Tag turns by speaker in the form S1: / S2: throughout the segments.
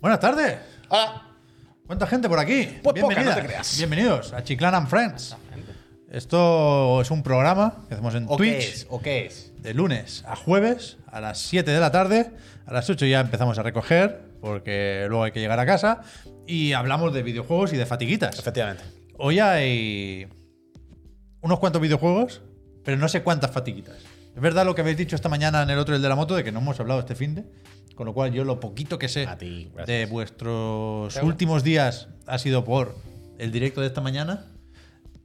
S1: Buenas tardes. Ah,
S2: Hola.
S1: ¿Cuánta gente por aquí?
S2: Pues poca,
S1: Bienvenidas.
S2: no te creas.
S1: Bienvenidos a Chiclan and Friends. Esto es un programa que hacemos en
S2: ¿O qué
S1: Twitch
S2: es? ¿O qué es?
S1: de lunes a jueves a las 7 de la tarde. A las 8 ya empezamos a recoger porque luego hay que llegar a casa y hablamos de videojuegos y de fatiguitas.
S2: Efectivamente.
S1: Hoy hay unos cuantos videojuegos, pero no sé cuántas fatiguitas. Es verdad lo que habéis dicho esta mañana en el otro el de la moto, de que no hemos hablado este fin de. Con lo cual, yo lo poquito que sé
S2: A ti, gracias.
S1: de vuestros
S2: Seguro.
S1: últimos días ha sido por el directo de esta mañana.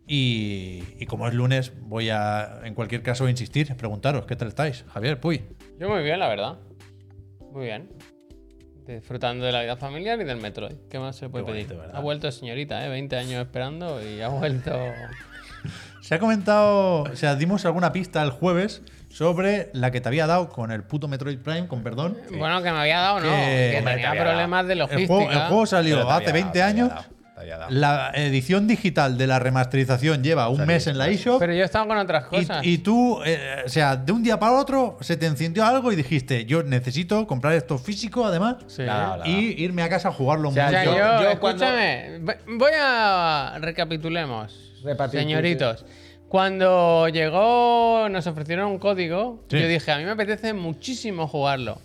S1: Y, y como es lunes, voy a, en cualquier caso, insistir, preguntaros qué tal estáis. Javier, Puy.
S3: Yo muy bien, la verdad. Muy bien. Disfrutando de la vida familiar y del Metroid. ¿Qué más se puede
S2: Qué bonito,
S3: pedir?
S2: ¿verdad?
S3: Ha vuelto señorita, ¿eh? 20 años esperando y ha vuelto...
S1: Se ha comentado, o sea, dimos alguna pista el jueves sobre la que te había dado con el puto Metroid Prime, con perdón.
S3: Bueno, que me había dado, ¿no?
S1: Que-
S3: Que
S1: Hombre,
S2: te
S3: tenía
S2: había
S3: problemas de
S1: El
S3: logística.
S1: juego, el juego salió
S2: Pero te
S1: hace
S2: había
S1: 20
S2: dado, te
S1: años.
S2: había dado, te había dado.
S1: La edición digital de la remasterización lleva un
S2: Salió,
S1: mes en la eShop.
S3: Pero yo estaba con otras
S1: Y,
S3: cosas.
S1: y tú, eh, o sea, de un día para otro se te encendió algo y dijiste, yo necesito comprar esto físico además
S3: Sí.
S2: Nada, nada.
S1: y irme a casa a jugarlo
S2: sea,
S3: O sea,
S1: mucho.
S3: yo,
S2: yo- yo cuando-
S3: escúchame, ve- voy a recapitulemos,
S2: Repapitu-
S3: señoritos. Cuando llegó, nos ofrecieron un código.
S1: Sí.
S3: Yo dije, a mí me apetece muchísimo jugarlo.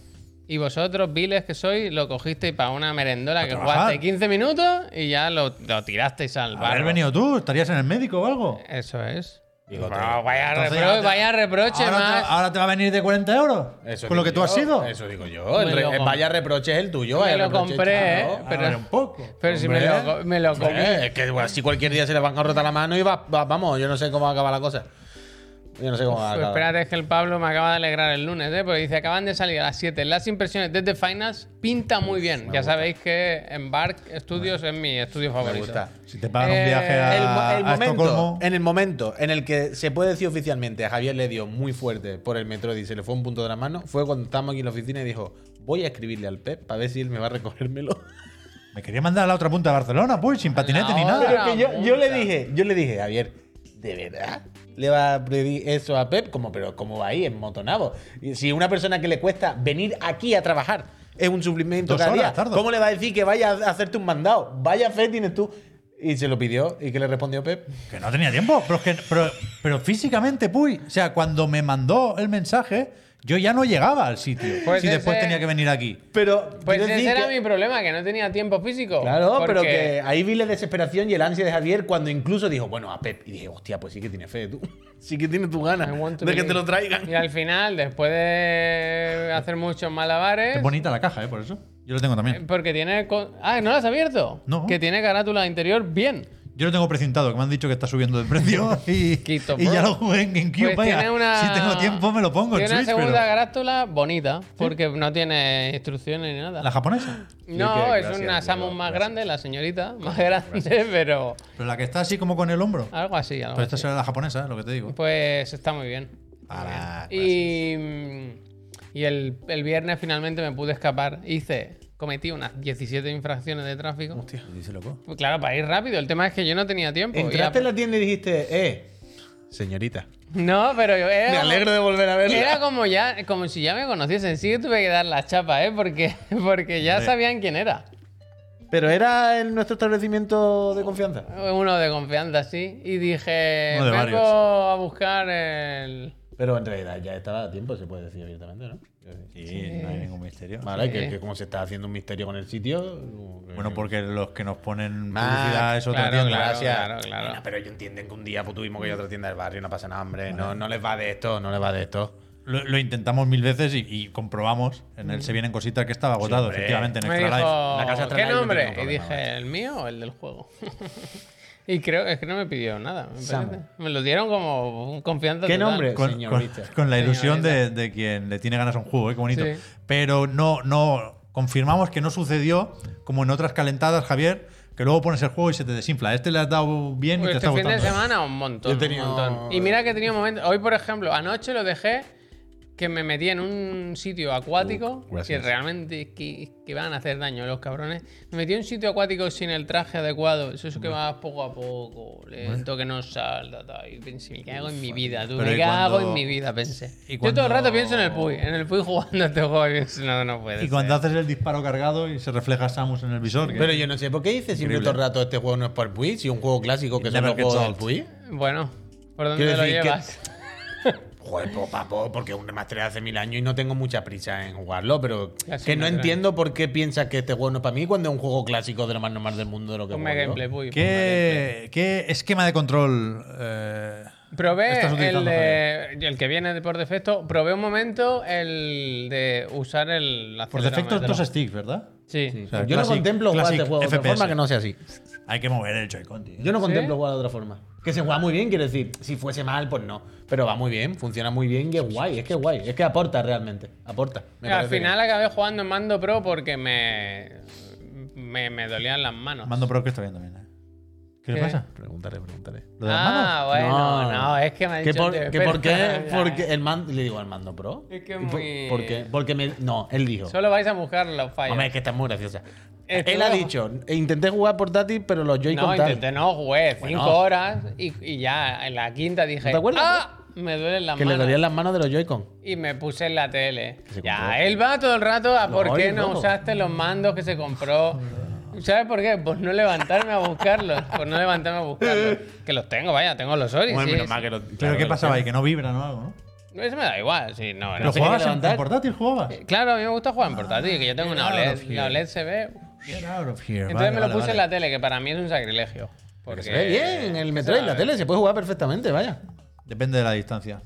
S3: Y vosotros, viles que sois, lo cogisteis para una merendola que
S1: trabajar.
S3: jugaste 15 minutos y ya lo, lo tirasteis al
S1: Haber
S3: barro.
S1: venido tú, estarías en el médico o algo.
S3: Eso es.
S2: Digo,
S3: Bueno, vaya,
S1: Entonces,
S3: repro-
S1: ahora te-
S3: Eh, vaya reproche
S1: ahora, ah,
S3: más.
S1: Te, ahora te va a venir de 40 euros
S2: Eso
S1: con lo que
S2: digo
S1: tú has
S2: yo,
S1: sido.
S2: Eso digo yo. El
S3: Me
S2: re-
S3: lo
S2: el
S3: com-
S2: vaya reproche es el tuyo.
S3: Me
S2: el
S3: lo
S2: reproche
S3: compré,
S2: chino.
S3: ¿eh?
S1: Ah,
S3: pero-
S1: vale, un poco.
S3: Pero si me
S1: Hombre.
S3: lo, co- me lo comí.
S2: Hombre, Eh, es que bueno, si cualquier día se le van a rotar la mano y va, va- vamos, yo no sé cómo va a acabar la cosa. Yo no sé cómo va a
S3: Pues
S2: acabar.
S3: espérate, es que el Pablo me acaba de alegrar el lunes, ¿eh? Porque dice, acaban de salir a las 7. Las impresiones desde Finals pinta muy bien. Ya sabéis que Embark Studios es mi estudio favorito.
S2: gusta.
S1: Si te pagan un
S3: Eh,
S1: viaje a,
S2: el, mo- el
S1: Ah, a
S2: momento,
S1: Estocolmo.
S2: en el momento en el que se puede decir oficialmente a Javier le dio muy fuerte por el Metroid y se le fue un punto de la mano, fue cuando estábamos aquí en la oficina y dijo, voy a escribirle al Pep para ver si él me va a recogérmelo.
S1: Me quería mandar a la otra punta de Barcelona, pues, sin patinete ni nada.
S3: hora.
S2: Pero que yo, yo le
S3: puta.
S2: dije, yo le dije, Javier, ¿de verdad? Le va a pedir eso a Pep, como, pero ¿cómo va ahí en Motonabo? Y Si una persona que le cuesta venir aquí a trabajar es un suplemento
S1: Dos
S2: cada
S1: horas
S2: día,
S1: tardo.
S2: ¿cómo le va a decir que vaya a hacerte un mandado? Vaya fe tienes tú. Y se lo pidió. ¿Y qué le respondió Pep?
S1: Que no tenía tiempo, pero, es que, pero, pero físicamente, puy. O sea, cuando me mandó el mensaje, yo ya no llegaba al sitio.
S3: Pues
S1: si después
S3: ese-
S1: tenía que venir aquí.
S2: Pero
S3: Pues
S2: quiero
S3: ese
S2: decir
S3: era
S2: que-
S3: mi problema, que no tenía tiempo físico.
S2: Claro, pero
S3: porque-
S2: que ahí vi la desesperación y el ansia de Javier cuando incluso dijo, bueno, a Pep. Y dije, hostia, pues sí que tiene fe tú. Sí que tiene tu ganas
S3: I want to
S2: de que
S3: believe.
S2: te lo traigan.
S3: Y al final, después de hacer muchos malabares. eh,
S1: Es bonita la caja, ¿eh? Por eso. Yo lo tengo también.
S3: Porque tiene. co- Ah, ¿no lo has abierto?
S1: No.
S3: Que tiene carátula interior bien.
S1: Yo lo tengo precintado, que me han dicho que está subiendo de precio y,
S3: Quito,
S1: y ya
S3: bro.
S1: lo jugué en GameCube.
S3: Pues
S1: vaya.
S3: tiene una-
S1: Si tengo tiempo, me lo pongo en
S3: Tiene una
S1: Switch,
S3: segunda
S1: pero-
S3: carátula bonita, porque no tiene instrucciones ni nada.
S1: La japonesa.
S2: Sí,
S3: No,
S2: que
S3: es
S2: gracias,
S3: una
S2: Diego,
S3: Samus más
S2: gracias.
S3: grande, la señorita, más grande, pero
S1: Pero la que está así como con el hombro.
S3: algo así.
S1: Pero
S3: algo
S2: Pues
S1: esta
S3: así.
S1: será la japonesa, es lo que te digo.
S3: Ah, Pues está muy bien.
S2: Ala,
S3: Y, mm, y el, el viernes finalmente me pude escapar. Hice, cometí unas 17 infracciones de tráfico.
S1: Dice loco.
S3: Pues Claro, para ir rápido. El tema es que yo no tenía tiempo. y
S2: Entraste en
S3: ap-
S2: la tienda y dijiste, eh, señorita.
S3: No, pero yo era,
S2: Me alegro de volver a verla.
S3: era como ya, como si ya me conociesen. Sí que tuve que dar la chapa, ¿eh? Porque, porque ya
S1: Hombre.
S3: sabían quién era.
S2: Pero era en nuestro establecimiento de confianza.
S3: Uno de confianza, sí. Y dije,
S1: Uno de
S3: vengo
S1: varios.
S3: a buscar el...
S2: Pero en realidad ya estaba a tiempo, se puede decir abiertamente, ¿no?
S1: Sí, no hay ningún misterio.
S2: Vale,
S3: Sí.
S2: que, que como se está haciendo un misterio con el sitio.
S1: Bueno, porque los que nos ponen
S2: Mac,
S1: publicidad es otra
S3: Ah, claro,
S1: tienda.
S3: claro.
S2: Gracias.
S3: claro.
S2: Bueno, pero ellos entienden que un día pues, tuvimos que ir a otra tienda del barrio, no pasa nada, hombre. No, no les va de esto, no les va de esto.
S1: Lo, lo intentamos mil veces y, y comprobamos en el Se Vienen Cositas que estaba agotado,
S2: hombre.
S1: efectivamente, en
S3: Mm. Me
S1: Extra
S3: dijo,
S1: Life.
S2: La casa
S3: ¿qué
S2: Astralife no
S3: nombre?
S2: tiene
S3: Y
S2: un
S3: dije,
S2: problema, macho.
S3: ¿el mío o el del juego? y creo es que no me pidió nada. Me, parece.
S2: Samu.
S3: me lo dieron como un confianza.
S2: ¿Qué
S3: total.
S2: nombre?
S1: Con, con,
S2: Señorita.
S1: con la ilusión de, de quien le tiene ganas a un juego, ¿eh? qué bonito.
S3: Sí.
S1: Pero no, no confirmamos que no sucedió como en otras calentadas, Javier, que luego pones el juego y se te desinfla. Este le has dado bien
S3: Pues
S1: y te
S3: este
S1: está
S3: fin
S1: gustando.
S3: de semana un montón,
S2: Yo he tenido-
S3: un montón. Y mira que he tenido momentos. Hoy, por ejemplo, anoche lo dejé que me metí en un sitio acuático,
S2: Uh, gracias.
S3: que realmente es que, es que van a hacer daño los cabrones. Me metí en un sitio acuático sin el traje adecuado. Eso es que vas poco a poco, lento que no salta. tal. Y pensé, me cago en mi vida, tú,
S1: Pero
S3: me
S1: ¿y
S3: cago
S1: cuando-
S3: en mi vida, pensé.
S1: y
S3: Yo todo el rato
S1: cuando-
S3: pienso en el Puy, en el Puy jugando a este juego. y pienso, No, no puede
S1: Y cuando
S3: ser.
S1: haces el disparo cargado y se refleja Samus en el visor. que-
S2: Pero yo no sé por qué dice siempre
S1: Increíble.
S2: todo el rato este juego no es para el Wii, si un juego clásico que son
S1: Never
S2: los
S1: gets
S2: juegos del
S1: old.
S2: Wii.
S3: Bueno, ¿por dónde
S2: Quiero
S3: lo
S2: decir que-
S3: llevas?
S2: Joder, po, papo, porque es un remaster de hace mil años y no tengo mucha prisa en jugarlo, pero
S3: Casi
S2: que no
S3: natural.
S2: entiendo por qué piensas que este juego no es para mí cuando es un juego clásico de lo más normal del mundo de lo que
S3: Ponme
S2: juego yo.
S3: gameplay, Puy. ponme gameplay.
S1: ¿Qué, qué esquema de control eh,
S3: Probé
S1: estás
S3: el,
S1: utilizando? Javier?
S3: de- el que viene de por defecto. Probé un momento el de usar el
S1: Por
S3: acelerómetro.
S1: defecto es dos sticks, ¿verdad?
S3: Sí.
S2: Sí.
S1: O sea,
S2: yo no
S1: classic-
S2: contemplo jugar este
S1: classic
S2: juego de otra
S1: FPS.
S2: forma que no sea así.
S1: Hay que mover el Joy-Con, tío.
S2: Yo no contemplo jugar de otra forma. Que se juega muy bien, quiero decir, si fuese mal, pues no. Pero va muy bien, funciona muy bien y es guay, es que es guay, es que aporta realmente, aporta. me
S3: Al
S2: parece
S3: final acabé jugando en mando pro porque me, me, me dolían las manos.
S1: Mando Pro que está bien también. ¿eh? ¿Qué, le
S3: ¿Qué?
S1: pasa?
S2: bien. Preguntaré, preguntaré.
S1: ¿Lo de las
S3: ah,
S1: manos?
S3: bueno, no, es que me ha
S2: que
S3: dicho.
S2: por,
S3: tío,
S2: que por qué,
S3: espera.
S2: porque el mando, le digo al mando pro.
S3: Es que
S2: ¿Y
S3: es
S2: por-
S3: muy-
S2: ¿Por qué? Porque me, no, él dijo.
S3: Solo vais a buscar los fallos.
S2: Hombre, es que está muy graciosa.
S3: Es que
S2: él ha
S3: no.
S2: dicho, intenté jugar portátil, pero los Joy-Con
S3: no,
S2: tal.
S3: intenté, no, jugué cinco
S2: Bueno.
S3: horas y, y ya en la quinta dije.
S2: ¿No te acuerdas,
S3: ¡Ah! Me duelen las
S2: que le
S3: manos.
S2: dolían las manos de los Joy-Con.
S3: Y me puse en la tele.
S2: Que se compró.
S3: Ya, él va todo el rato a por qué
S2: oye,
S3: no
S2: loco.
S3: usaste los mandos que se compró. ¿Sabes por qué? Por no levantarme a buscarlos. Por no levantarme a buscarlos. Que los tengo, vaya, tengo los Ori.
S2: Bueno,
S3: sí,
S2: menos
S3: sí.
S2: mal que lo-
S1: Pero
S2: claro
S1: ¿qué
S2: que lo
S1: pasaba ahí?
S2: tiene.
S1: Que no vibra o algo, ¿no?
S3: Eso me da igual, sí, no, no.
S1: ¿Pero
S2: se quiere
S1: jugabas en- en
S2: levantar. Eh,
S1: portátil? ¿Jugabas?
S3: Claro, a mí me gusta jugar en portátil, que yo tengo una
S1: claro,
S3: OLED.
S1: sí.
S3: La OLED se ve.
S2: eh.
S1: Get out of here.
S3: Entonces
S1: Vale,
S3: me lo
S1: vale,
S3: puse
S1: vale.
S3: en la tele, que para mí es un sacrilegio. Porque
S2: Porque se ve bien el Metroid, la tele, se puede jugar perfectamente, vaya.
S1: Depende de la distancia.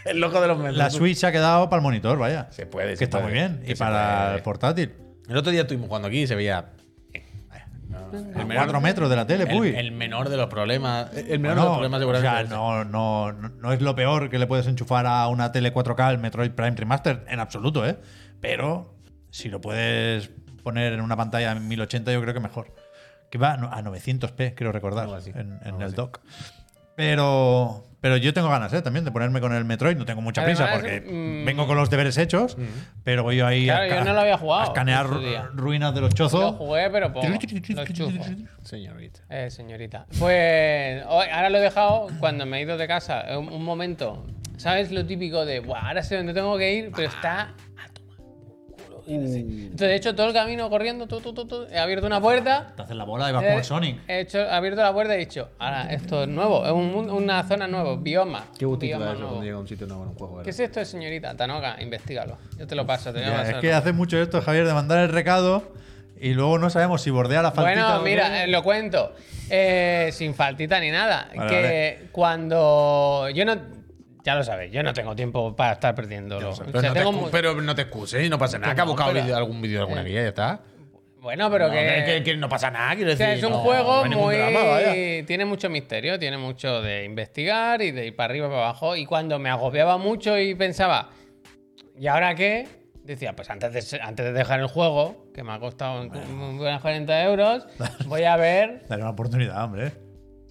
S2: El loco de los Metroid.
S1: La Switch se ha quedado para el monitor, vaya.
S2: Se puede,
S1: Que
S2: se
S1: está
S2: puede.
S1: muy bien.
S2: Que
S1: Y
S2: se
S1: para
S2: puede.
S1: el portátil.
S2: El otro día estuvimos jugando aquí y se veía. eh, vaya, no,
S1: A cuatro metros de la tele,
S2: el,
S1: puy.
S2: el menor de los problemas. El menor de
S1: Bueno,
S2: los problemas,
S1: o
S2: seguramente.
S1: sea, no, no, no- no es lo peor que le puedes enchufar a una tele 4K al Metroid Prime Remaster, en absoluto, ¿eh? Pero si lo puedes poner en una pantalla en 1080, yo creo que mejor. Que va a no- a 900p, creo recordar,
S2: Algo así,
S1: en, en
S2: algo
S1: el
S2: así.
S1: dock. Pero, pero yo tengo ganas, ¿eh? También de ponerme con el Metroid. No tengo mucha prisa
S3: Además,
S1: porque
S3: mm,
S1: vengo con los deberes hechos, pero voy yo ahí
S3: Claro,
S1: a,
S3: yo
S1: ca-
S3: no lo había jugado
S1: a escanear
S3: en su día.
S1: ruinas de los chozos.
S3: Lo jugué, pero poco. Los chufos.
S2: Señorita.
S3: Eh, señorita. Pues hoy- ahora lo he dejado cuando me he ido de casa. eh, Un, un momento. ¿Sabes lo típico de, "Buah, ahora sé dónde tengo que ir, pero está a tomar por culo"?
S1: Mm.
S3: Entonces, de hecho, todo el camino corriendo, tu, tu, tu, tu, he abierto una puerta.
S1: Te haces la bola y vas
S3: eh,
S1: Ah, como el Sonic.
S3: He, hecho, he abierto la puerta y he dicho, ahora, esto es nuevo, es un mundo- una zona nueva, bioma.
S2: Qué gustito
S3: bioma
S2: da eso
S3: nuevo.
S2: cuando llega a un sitio nuevo en un juego. ¿verdad?
S3: ¿Qué es esto, señorita? Tanoka, investigalo. Yo te lo paso, te voy a
S1: Ya,
S3: pasar.
S1: es que hace mucho esto, Javier, de mandar el recado y luego no sabemos si bordea la faltita.
S3: Bueno,
S1: o
S3: mira,
S1: no.
S3: eh, lo cuento. Eh, sin faltita ni nada.
S1: Vale,
S3: que
S1: vale.
S3: cuando. Yo no. Ya lo sabéis, yo no tengo tiempo para estar perdiéndolo.
S2: Pero,
S3: O sea,
S2: no te
S3: tengo
S2: excu-
S3: mu-
S2: pero no te excuses, no pasa nada.
S3: Que
S2: Que ha
S3: no,
S2: buscado
S3: pero-
S2: vídeo- algún vídeo de
S3: Eh.
S2: alguna guía y ya está.
S3: bueno, pero
S2: No,
S3: que,
S2: que- que no pasa nada, quiero
S3: o
S2: decir.
S3: sea, es un
S2: no, no
S3: juego
S2: hay ningún
S3: muy.
S2: drama, vaya.
S3: tiene mucho misterio, tiene mucho de investigar y de ir para arriba y para abajo. Y cuando me agobiaba mucho y pensaba, ¿y ahora qué? Decía, pues antes de, ser- antes de dejar el juego, que me ha costado unas 40 euros, voy a ver.
S1: Dale una oportunidad, hombre.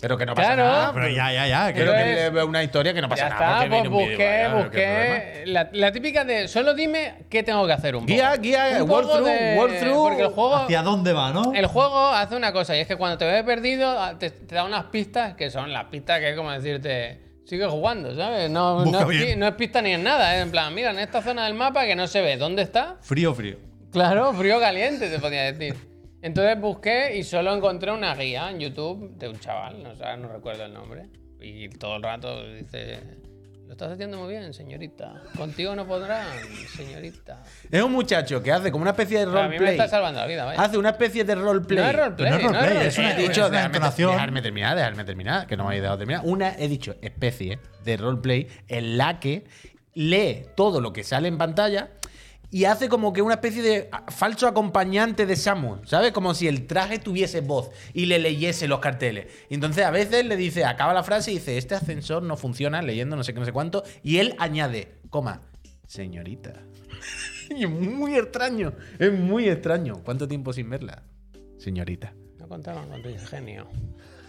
S2: Pero que no pasa
S3: Claro.
S2: nada.
S1: Pero ya, ya, ya. que-
S2: Pero
S3: Pero
S2: que
S3: es-
S2: es una historia que no pasa
S3: ya
S2: nada. porque
S3: está, pues
S2: viene un vídeo,
S3: busqué,
S2: vaya, no hay problema.
S3: busqué. La, la típica de solo dime qué tengo que hacer un poco.
S2: Guía, guía,
S3: Un
S2: walk
S3: poco
S2: through, walk through.
S3: Porque el juego,
S1: ¿Hacia dónde va, no?
S3: el juego hace una cosa y es que cuando te ves perdido ah, te, te da unas pistas que son las pistas que es como decirte. Sigue jugando, ¿sabes? No, no,
S1: Busca
S3: es, pi-
S1: bien.
S3: no es pista ni es nada. es En plan, mira, en esta zona del mapa que no se ve, ¿dónde está?
S1: Frío, frío.
S3: Claro, frío caliente, te podía decir. Entonces busqué y solo encontré una guía en YouTube de un chaval, no, sé, no recuerdo el nombre. Y todo el rato dice, lo estás haciendo muy bien, señorita. Contigo no podrán, señorita.
S2: Es un muchacho que hace como una especie de
S3: Pero a mí me
S2: roleplay.
S3: está salvando la vida,
S1: Ah.
S3: vaya.
S2: Hace una especie de roleplay.
S3: No es roleplay,
S1: No
S3: no
S1: es
S3: es
S1: roleplay,
S3: roleplay. eh,
S1: es una-
S2: He dicho,
S1: una
S2: déjame,
S1: entonación.
S2: dejarme terminar, dejarme terminar, que no me habéis dejado terminar. Una, he dicho, especie de roleplay en la que lee todo lo que sale en pantalla y hace como que una especie de falso acompañante de Samus, ¿sabes? Como si el traje tuviese voz y le leyese los carteles. Y Entonces a veces le dice, acaba la frase y dice, este ascensor no funciona, leyendo no sé qué, no sé cuánto, y él añade, coma, señorita. Y es muy extraño, es muy extraño. ¿Cuánto tiempo sin verla? Señorita.
S3: No contaban con tu ingenio.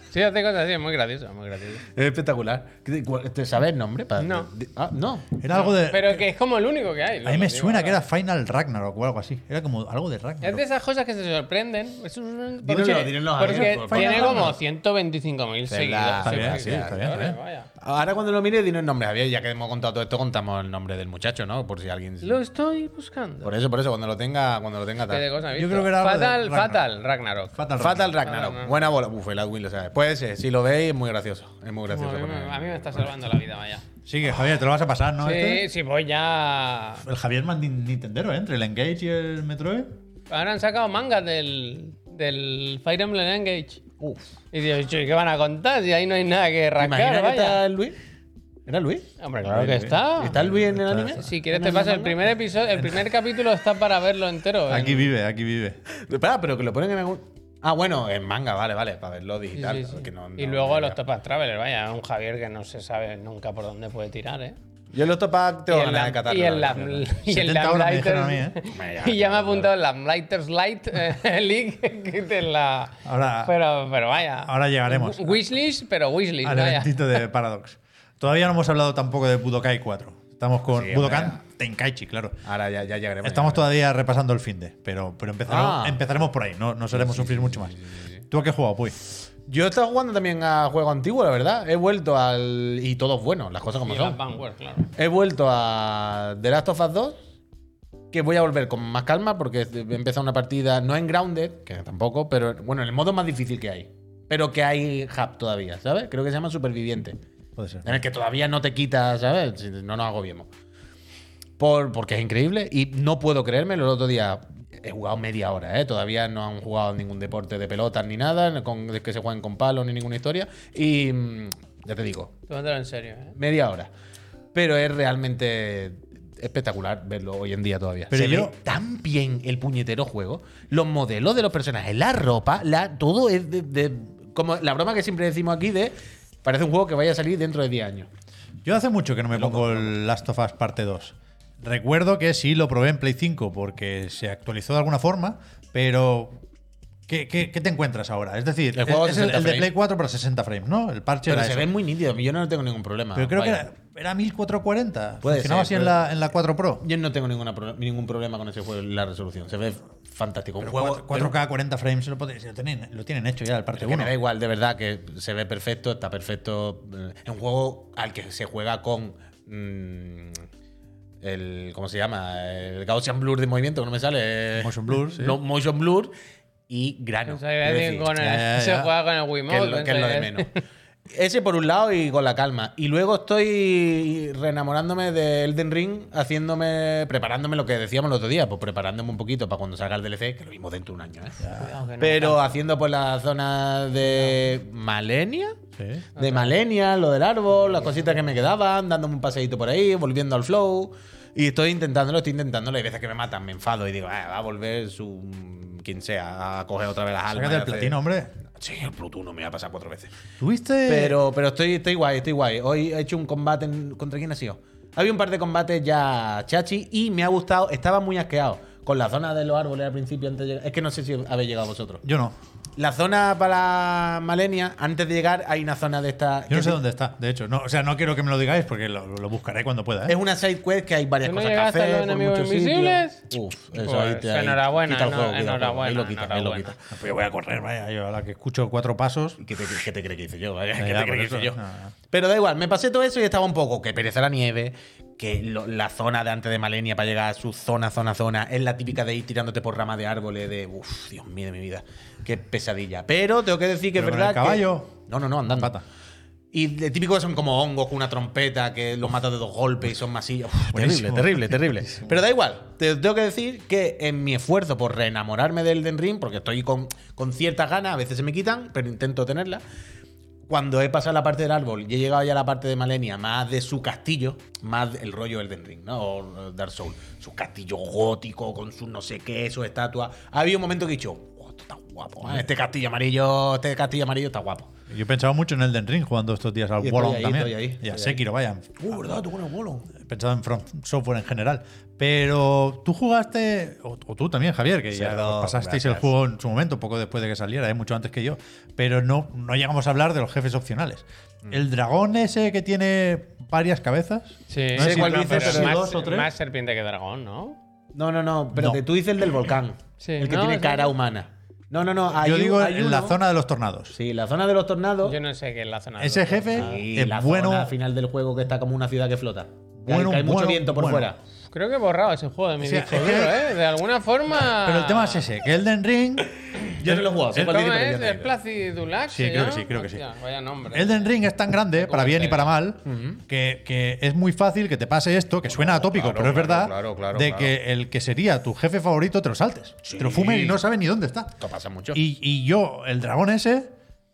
S3: Sí, hace cosas así, es muy gracioso, muy gracioso.
S2: Es espectacular. ¿Qué- cuál- ¿Te sabes el nombre? Para-
S3: No.
S2: de- ah, no.
S1: Era algo de.
S3: Pero que es como el único que hay.
S1: a
S3: loco,
S1: mí me
S3: tío,
S1: suena que era
S3: claro.
S1: Final Ragnarok o algo así. Era como algo de
S3: Es de
S1: Ragnarok.
S3: esas cosas que se sorprenden. Es un-
S2: Dínoslo,
S3: porque-
S2: dínoslo a
S3: porque
S2: alguien, por favor.
S3: tiene
S1: Fernando.
S3: como 125.000
S2: Está
S3: seguidores.
S1: bien, sí, está bien, está bien.
S3: Vaya.
S2: Ahora cuando lo mire, dinos el nombre, Javier. Ya que hemos contado todo esto, contamos el nombre del muchacho, ¿no? Por si alguien.
S3: Lo estoy buscando.
S2: Por eso, por eso, cuando lo tenga, cuando lo tenga
S3: ¿Qué de
S2: tal.
S3: cosa he visto?
S1: Yo creo que era algo de
S3: Fatal,
S1: Ragnarok.
S3: Fatal, Ragnarok.
S1: Fatal,
S2: Fatal
S1: Ragnarok.
S2: Ragnarok.
S3: Ragnarok.
S2: Buena bola. Uf, el Adwin lo sabe. Puede ser. Si lo veis, es muy gracioso. Es muy
S3: No,
S2: gracioso.
S3: a, mí,
S2: poner-
S3: me- a mí me está salvando la vida, vaya.
S1: Sigue, Javier, te lo vas a pasar, ¿no?
S3: Sí,
S1: Este?
S3: sí, voy ya.
S1: El Javier más nin- nintendero, ¿eh? Entre el Engage y el Metroid.
S3: Ahora han sacado mangas del, del Fire Emblem Engage.
S2: Uf.
S3: Y digo, "Chu, ¿qué van a contar? Si ahí no hay nada que
S2: ¿Te imaginas
S3: rascar,
S2: que está
S3: vaya. Ah.
S2: el Luis? ¿Era Luis?
S3: Hombre, claro que está.
S2: ¿Está el Luis en el
S1: Está-
S2: anime?
S3: Si quieres te paso el primer episodio, el primer capítulo está para verlo entero. ¿eh? en-
S1: Aquí vive, aquí vive.
S2: Espera, pero que lo ponen en algún. Ah, bueno, en manga, vale, vale, para verlo digital.
S3: Sí, sí, sí.
S2: que no-
S3: y
S2: no-
S3: luego
S2: no-
S3: los Topaz Traveler, vaya, un Javier que no se sabe nunca por dónde puede tirar, ¿eh?
S2: Yo los topa tengo
S3: y el
S2: ganas de
S3: Lam-
S2: catarlo.
S3: y el
S2: la verdad.
S3: Lam- y el
S1: 70 horas me dijeron a mí,
S3: Lamlighters-
S1: ¿eh?
S2: Hombre, ya,
S3: Y ya me
S2: claro.
S3: ha apuntado el Lamlighters Light eh, League que te la.
S1: Ahora-
S3: pero, pero vaya.
S1: ahora llegaremos.
S3: Wishlist, pero Wishlist,
S1: Al
S3: vaya.
S1: eventito de Paradox. Todavía no hemos hablado tampoco de Budokai 4. Estamos con
S2: Sí,
S1: Budokan
S2: hombre.
S1: Tenkaichi, claro.
S2: Ahora ya, ya llegaremos.
S1: Estamos
S2: ya
S1: todavía repasando el finde, pero, pero empezaremos,
S2: Ah.
S1: empezaremos por ahí, no, no solemos sufrir mucho más. ¿Tú a qué has jugado, Puy?
S2: llegaremos. Yo he estado jugando también a juego antiguo, la verdad. He vuelto al. Y todos buenos, las cosas como
S3: Y el
S2: son.
S3: Vanguard, claro.
S2: He vuelto a The Last of Us 2, que voy a volver con más calma porque he empezado una partida, no en Grounded, que tampoco, pero bueno, en el modo más difícil que hay. Pero que hay hub todavía, ¿sabes? Creo que se llama Superviviente.
S1: Puede ser.
S2: En el que todavía no te quita, ¿sabes? Si No nos agobiemos. Por, porque es increíble y no puedo creérmelo. El otro día he jugado media hora, ¿eh? Todavía no han jugado ningún deporte de pelotas ni nada, con, que se jueguen con palos ni ninguna historia. Y mm, ya te digo,
S3: Tómatelo en serio, ¿eh?
S2: media hora. Pero es realmente espectacular verlo hoy en día todavía.
S1: Pero
S2: Se
S1: yo-
S2: ve tan bien el puñetero juego, los modelos de los personajes, la ropa, la, todo es de, de- como la broma que siempre decimos aquí de parece un juego que vaya a salir dentro de 10 años.
S1: Yo hace mucho que no me pongo el Last of Us parte 2. Recuerdo que sí lo probé en Play 5 porque se actualizó de alguna forma, pero ¿qué, qué- qué te encuentras ahora? Es decir,
S2: El juego
S1: es
S2: 60
S1: el de
S2: frames.
S1: Play 4 para 60 frames, ¿no? El parche
S2: Pero
S1: era
S2: se
S1: eso.
S2: ve muy nítido, yo no tengo ningún problema.
S1: Pero creo que
S2: Vaya.
S1: era, era 1440.
S2: Puede
S1: Funcionaba
S2: ser,
S1: así en
S2: puede-
S1: la, en la 4 Pro.
S2: Yo no tengo ninguna pro- ningún problema con ese juego, la resolución. Se ve fantástico. Un
S1: Pero
S2: juego-
S1: cuatro- 4K 40 frames lo, podéis- lo tienen, lo tienen hecho ya el parte
S2: Pero que
S1: 1.
S2: me da igual, de verdad, que se ve perfecto, está perfecto. Eh, Es un juego al que se juega con. mm, el, ¿Cómo se llama? El Gaussian Blur de movimiento, que no me sale. eh,
S1: Motion blur, sí.
S2: No, motion Blur y grano.
S3: Pensaba que iba a
S2: Es
S3: decir,
S2: decir,
S3: con el-
S1: ya, ya,
S3: Se
S1: ya.
S3: juega con el
S2: que es
S3: Wiimote.
S2: lo, que es lo de
S3: entonces-
S2: menos. Ese por un lado y con la calma. Y luego estoy reenamorándome de Elden Ring, haciéndome, preparándome lo que decíamos el otro día, pues preparándome un poquito para cuando salga el DLC, que lo vimos dentro de un año. ¿eh?
S3: Cuidado que no.
S2: Pero haciendo pues la zona de Malenia.
S1: Sí.
S2: De Malenia, lo del árbol, las cositas que me quedaban, dándome un paseíto por ahí, volviendo al flow. Y estoy intentándolo, estoy intentándolo. Hay veces que me matan, me enfado y digo, "Ah, va a volver su. quien sea, a coger otra vez las almas.
S1: Sácate el
S2: y hacer-".
S1: platino, hombre.
S2: Sí, el Plutuno me va a pasar cuatro veces.
S1: ¿Tuviste?
S2: Pero, pero estoy, estoy guay, estoy guay. Hoy he hecho un combate. en- ¿Contra quién ha sido? Había un par de combates ya chachi y me ha gustado. Estaba muy asqueado con la zona de los árboles al principio antes de llegar. Es que no sé si habéis llegado vosotros.
S1: Yo no.
S2: La zona para Malenia, antes de llegar, hay una zona de esta.
S1: Yo
S2: que
S1: no sé dónde está, de hecho. No, o sea, no quiero que me lo digáis porque lo, lo buscaré cuando pueda. ¿eh?
S2: Es una side quest que hay varias
S3: ¿Tú no
S2: cosas que
S3: llegaste a
S2: hacer.
S3: los
S2: por
S3: enemigos
S2: muchos sitios.
S3: invisibles?
S2: Uf, eso ahí
S3: Pues,
S2: te ahí
S3: enhorabuena,
S2: quita el juego,
S3: no,
S2: quita el juego. Ahí lo
S3: enhorabuena,
S2: quita, ahí lo
S3: enhorabuena.
S2: quita.
S1: Pues yo voy a correr, vaya. Yo a la que escucho cuatro pasos.
S2: ¿Qué te, qué te crees que hice yo? vaya? ¿Qué
S1: Ya,
S2: te
S1: por
S2: crees
S1: eso,
S2: que
S1: Ah.
S2: hice yo?
S1: no, no.
S2: Pero da igual, me pasé todo eso y estaba un poco que pereza la nieve, que lo- la zona de antes de Malenia para llegar a su zona, zona, zona, es la típica de ir tirándote por ramas de árboles, de uff, Dios mío de mi vida, qué pesadilla. Pero tengo que decir que
S1: Pero
S2: es
S1: con
S2: verdad.
S1: el caballo.
S2: que- No, no, no, andando.
S1: Pata.
S2: Y de típico son como hongos con una trompeta que los matas de dos golpes y son masillas. Uf, terrible,
S1: Buenísimo.
S2: terrible, terrible. Pero da igual, te tengo que decir que en mi esfuerzo por reenamorarme del Den Ring, porque estoy con, con ciertas ganas, a veces se me quitan, pero intento tenerlas. Cuando he pasado la parte del árbol y he llegado ya a la parte de Malenia, más de su castillo, más el rollo Elden Ring, ¿no? O eh, Dark Souls. Su castillo gótico con sus no sé qué, sus estatuas. Había un momento que he dicho, "Wow, esto está guapo. ¿eh? Este castillo amarillo, este castillo amarillo está guapo.
S1: Yo he pensado mucho en Elden Ring jugando estos días al
S2: Y estoy
S1: Wolong
S2: ahí,
S1: también.
S2: estoy ahí,
S1: y a
S2: estoy ahí.
S1: Sekiro, vaya.
S2: Uh, ¿verdad? Tú con el bolón.
S1: pensado en From Software en general. Pero tú jugaste, o, o tú también, Javier, que ya
S4: Cerdo,
S1: os pasasteis el
S4: gracias.
S1: juego en su momento, poco después de que saliera, eh, mucho antes que yo. Pero no, no llegamos a hablar de los jefes opcionales.
S2: Mm.
S1: El dragón ese que tiene varias cabezas.
S3: Sí,
S1: No sé cuál
S3: pero
S1: dices,
S3: es
S1: pero
S3: más,
S1: dos o tres.
S3: más serpiente que dragón, ¿no?
S2: No, no, no, pero
S1: No.
S2: que tú dices el del volcán.
S3: Sí,
S2: el que
S3: no,
S2: tiene
S3: sí.
S2: cara humana. No, no, no. hay
S1: yo
S2: un-
S1: digo
S2: hay
S1: en la
S2: uno-
S1: zona de los tornados.
S2: Sí, la zona de los tornados.
S3: Yo no sé qué es la zona.
S1: Ese
S3: dos.
S1: jefe
S2: Y
S1: Ah, es
S2: Ah, la
S1: bueno.
S2: zona final del juego que está como una ciudad que flota. Que hay-
S1: Bueno,
S2: que hay mucho
S1: bueno,
S2: viento por
S1: bueno.
S2: fuera.
S3: Creo que he borrado ese juego de mi
S1: O sea,
S3: disco
S1: es que-
S3: duro, ¿eh? De alguna forma.
S1: Pero el tema es ese, que Elden Ring,
S2: Yo no lo he jugado, soy
S1: el-
S3: ¿Cómo
S2: partícipe, pero yo
S3: es?
S2: no he
S3: ¿El
S2: ido.
S3: Placidulac?
S1: Sí,
S3: se
S1: creo que
S3: llama?
S1: sí, creo que sí.
S3: Hostia, Vaya nombre.
S1: Elden Ring es tan grande,
S3: Como
S1: para bien y
S3: este.
S1: para mal, que, que es muy fácil que te pase esto, que suena atópico,
S4: claro,
S1: pero es
S4: claro,
S1: verdad,
S4: claro, claro,
S1: de
S4: claro.
S1: que el que sería tu jefe favorito te lo saltes, te lo fumen y no sabes ni dónde está.
S4: Esto pasa mucho.
S1: Y, y yo, el dragón ese,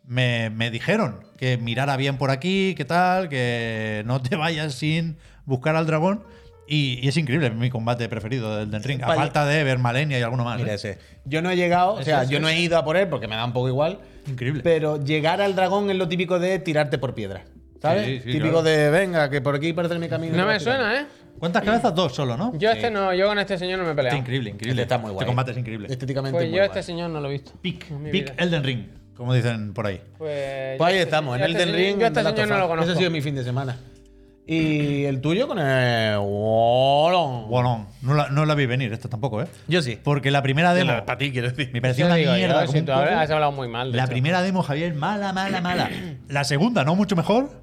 S1: me, me dijeron que mirara bien por aquí, que tal, que no te vayas sin buscar al dragón. Y, y es increíble, es mi combate preferido del Elden Ring, a
S2: Vale.
S1: falta de Vermalenia y alguno más.
S2: Mira
S1: ¿eh?
S2: ese. Yo no he llegado, o sea, yo no he ido a por él porque me da un poco igual.
S1: Increíble.
S2: Pero llegar al dragón es lo típico de tirarte por piedra. ¿Sabes?
S1: Sí, sí,
S2: típico
S1: claro.
S2: de, venga, que por aquí perderme mi camino.
S3: No me suena, ¿eh?
S1: ¿Cuántas cabezas? Dos solo, ¿no?
S3: Yo este no, yo con este señor no me he
S1: Está
S3: peleado.
S1: increíble, increíble.
S2: Este está muy guay.
S1: Este combate es increíble.
S2: Estéticamente
S3: Pues
S2: muy
S3: yo a
S2: guay.
S3: este señor no lo he visto.
S1: Pick,
S3: en mi vida.
S1: pick Elden Ring, como dicen por ahí.
S3: Pues, yo
S2: Pues ahí
S3: este-
S2: estamos, en
S3: yo a este
S2: Elden
S3: señor-
S2: Ring.
S3: Yo a este
S2: The Last
S3: señor
S2: of
S3: no
S2: Us.
S3: lo conozco.
S2: Ese ha sido mi fin de semana. ¿Y el tuyo con el. Wolong?
S1: Bueno, no la, no la vi venir, esta tampoco, ¿eh?
S2: Yo sí.
S1: Porque la primera demo.
S4: Para ti, quiero decir.
S1: Me
S3: Yo
S1: pareció una
S3: digo yo, ¿eh?
S1: mierda. como
S3: si
S1: un
S3: tú hablas-
S1: coco.
S3: has hablado muy mal. de
S1: La
S3: hecho.
S1: primera demo, Javier, mala, mala, mala. La segunda, no mucho mejor.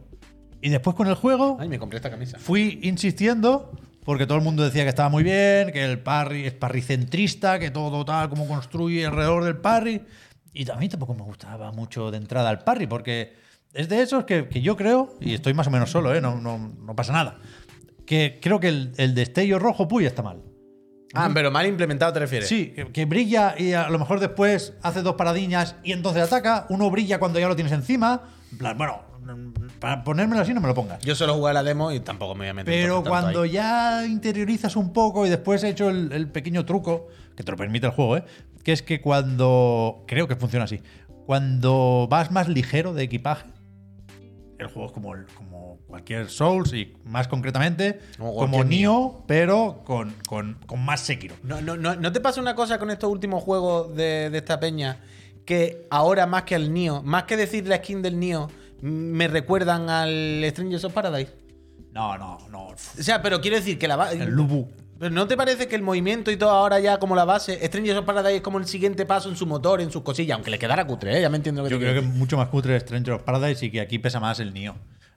S1: Y después con el juego
S2: Ay, me compré esta camisa.
S1: fui insistiendo porque todo el mundo decía que estaba muy bien, que el parry es parricentrista, que todo tal como construye alrededor del parry. Y a mí tampoco me gustaba mucho de entrada el parry porque es de esos que, que yo creo, y estoy más o menos solo, ¿eh? no, no, no pasa nada, que creo que el, el destello rojo puy está mal.
S2: Ah, pero mal implementado te refieres.
S1: Sí, que, que brilla y a lo mejor después hace dos paradiñas y entonces ataca. Uno brilla cuando ya lo tienes encima. En plan, bueno, para ponérmelo así no me lo pongas.
S2: Yo solo jugué a la demo y tampoco me voy a meter.
S1: Pero
S2: tanto
S1: cuando
S2: ahí.
S1: ya interiorizas un poco y después he hecho el, el pequeño truco, que te lo permite el juego, ¿eh? que es que cuando. Creo que funciona así. Cuando vas más ligero de equipaje, el juego es como, el- como cualquier Souls y más concretamente
S2: Como
S1: como
S2: cualquier
S1: Nioh, pero con, con- con más Sekiro.
S2: No, no, no, ¿no te pasa una cosa con estos últimos juegos de, de esta peña? Que ahora más que al Nio, más que decir la skin del Nio, me recuerdan al Strangers of Paradise.
S1: No, no, no.
S2: O sea, pero quiero decir que la base.
S1: El Lubu.
S2: ¿No te parece que el movimiento y todo ahora ya como la base, Strangers of Paradise es como el siguiente paso en su motor, en sus cosillas, aunque le quedara cutre, ¿eh? ya me entiendo lo que
S1: Yo
S2: te
S1: creo que
S2: quiero
S1: es mucho más cutre Stranger of Paradise y que aquí pesa más el Nioh.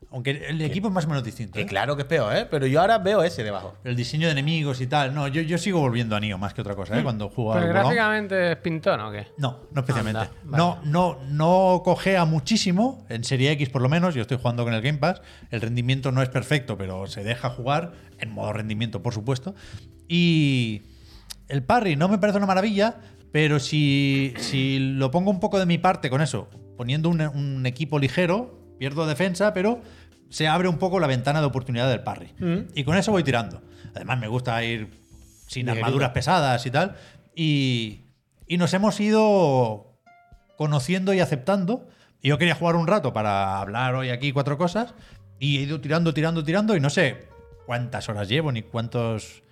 S1: Aunque el equipo es más o menos distinto.
S2: decir.
S1: ¿eh?
S2: Que claro que es peor, ¿eh? Pero yo ahora veo ese debajo.
S1: El diseño de enemigos y tal. No, yo, yo sigo volviendo a Nioh más que otra cosa, ¿eh? Cuando juego al
S3: Mm. Pero
S1: Wolong.
S3: gráficamente es pintón o qué?
S1: No, no especialmente.
S3: Anda, vale.
S1: No, no, no cogea muchísimo. En Serie X, por lo menos, yo estoy jugando con el Game Pass. El rendimiento no es perfecto, pero se deja jugar. En modo rendimiento, por supuesto. Y el parry no me parece una maravilla, pero si, si lo pongo un poco de mi parte con eso, poniendo un, un equipo ligero, pierdo defensa, pero se abre un poco la ventana de oportunidad del parry. Y con eso voy tirando. Además, me gusta ir sin armaduras pesadas y tal. Y, y nos hemos ido conociendo y aceptando. Y Yo quería jugar un rato para hablar hoy aquí cuatro cosas. Y he ido tirando, tirando, tirando. Y no sé cuántas horas llevo ni cuántos,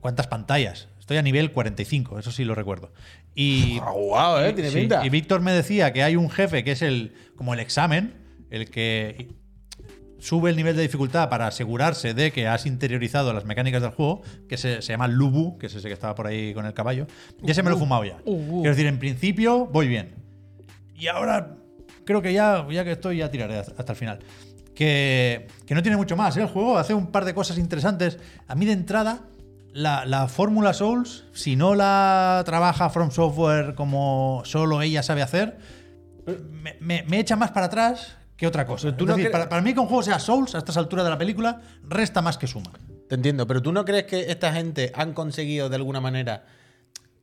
S1: cuántas pantallas. Estoy a nivel 45, eso sí lo recuerdo. Y,
S2: Ah, guau, ¿eh? Tiene
S1: sí,
S2: pinta.
S1: y Víctor me decía que hay un jefe que es el como el examen, el que sube el nivel de dificultad para asegurarse de que has interiorizado las mecánicas del juego, que se, se llama Lubu, que es ese que estaba por ahí con el caballo. Ya se me lo he fumado ya.
S3: uh.
S1: Quiero decir, en principio voy bien. Y ahora creo que ya, ya que estoy, ya tiraré hasta el final. Que, que no tiene mucho más, ¿eh? El juego hace un par de cosas interesantes. A mí de entrada, la, la fórmula Souls, si no la trabaja From Software como solo ella sabe hacer, me, me- me echa más para atrás que otra cosa.
S2: tú
S1: Es
S2: no
S1: decir,
S2: cre-
S1: para, para mí que un juego sea Souls a estas alturas de la película, resta más que suma.
S2: Te entiendo, pero ¿tú no crees que esta gente han conseguido de alguna manera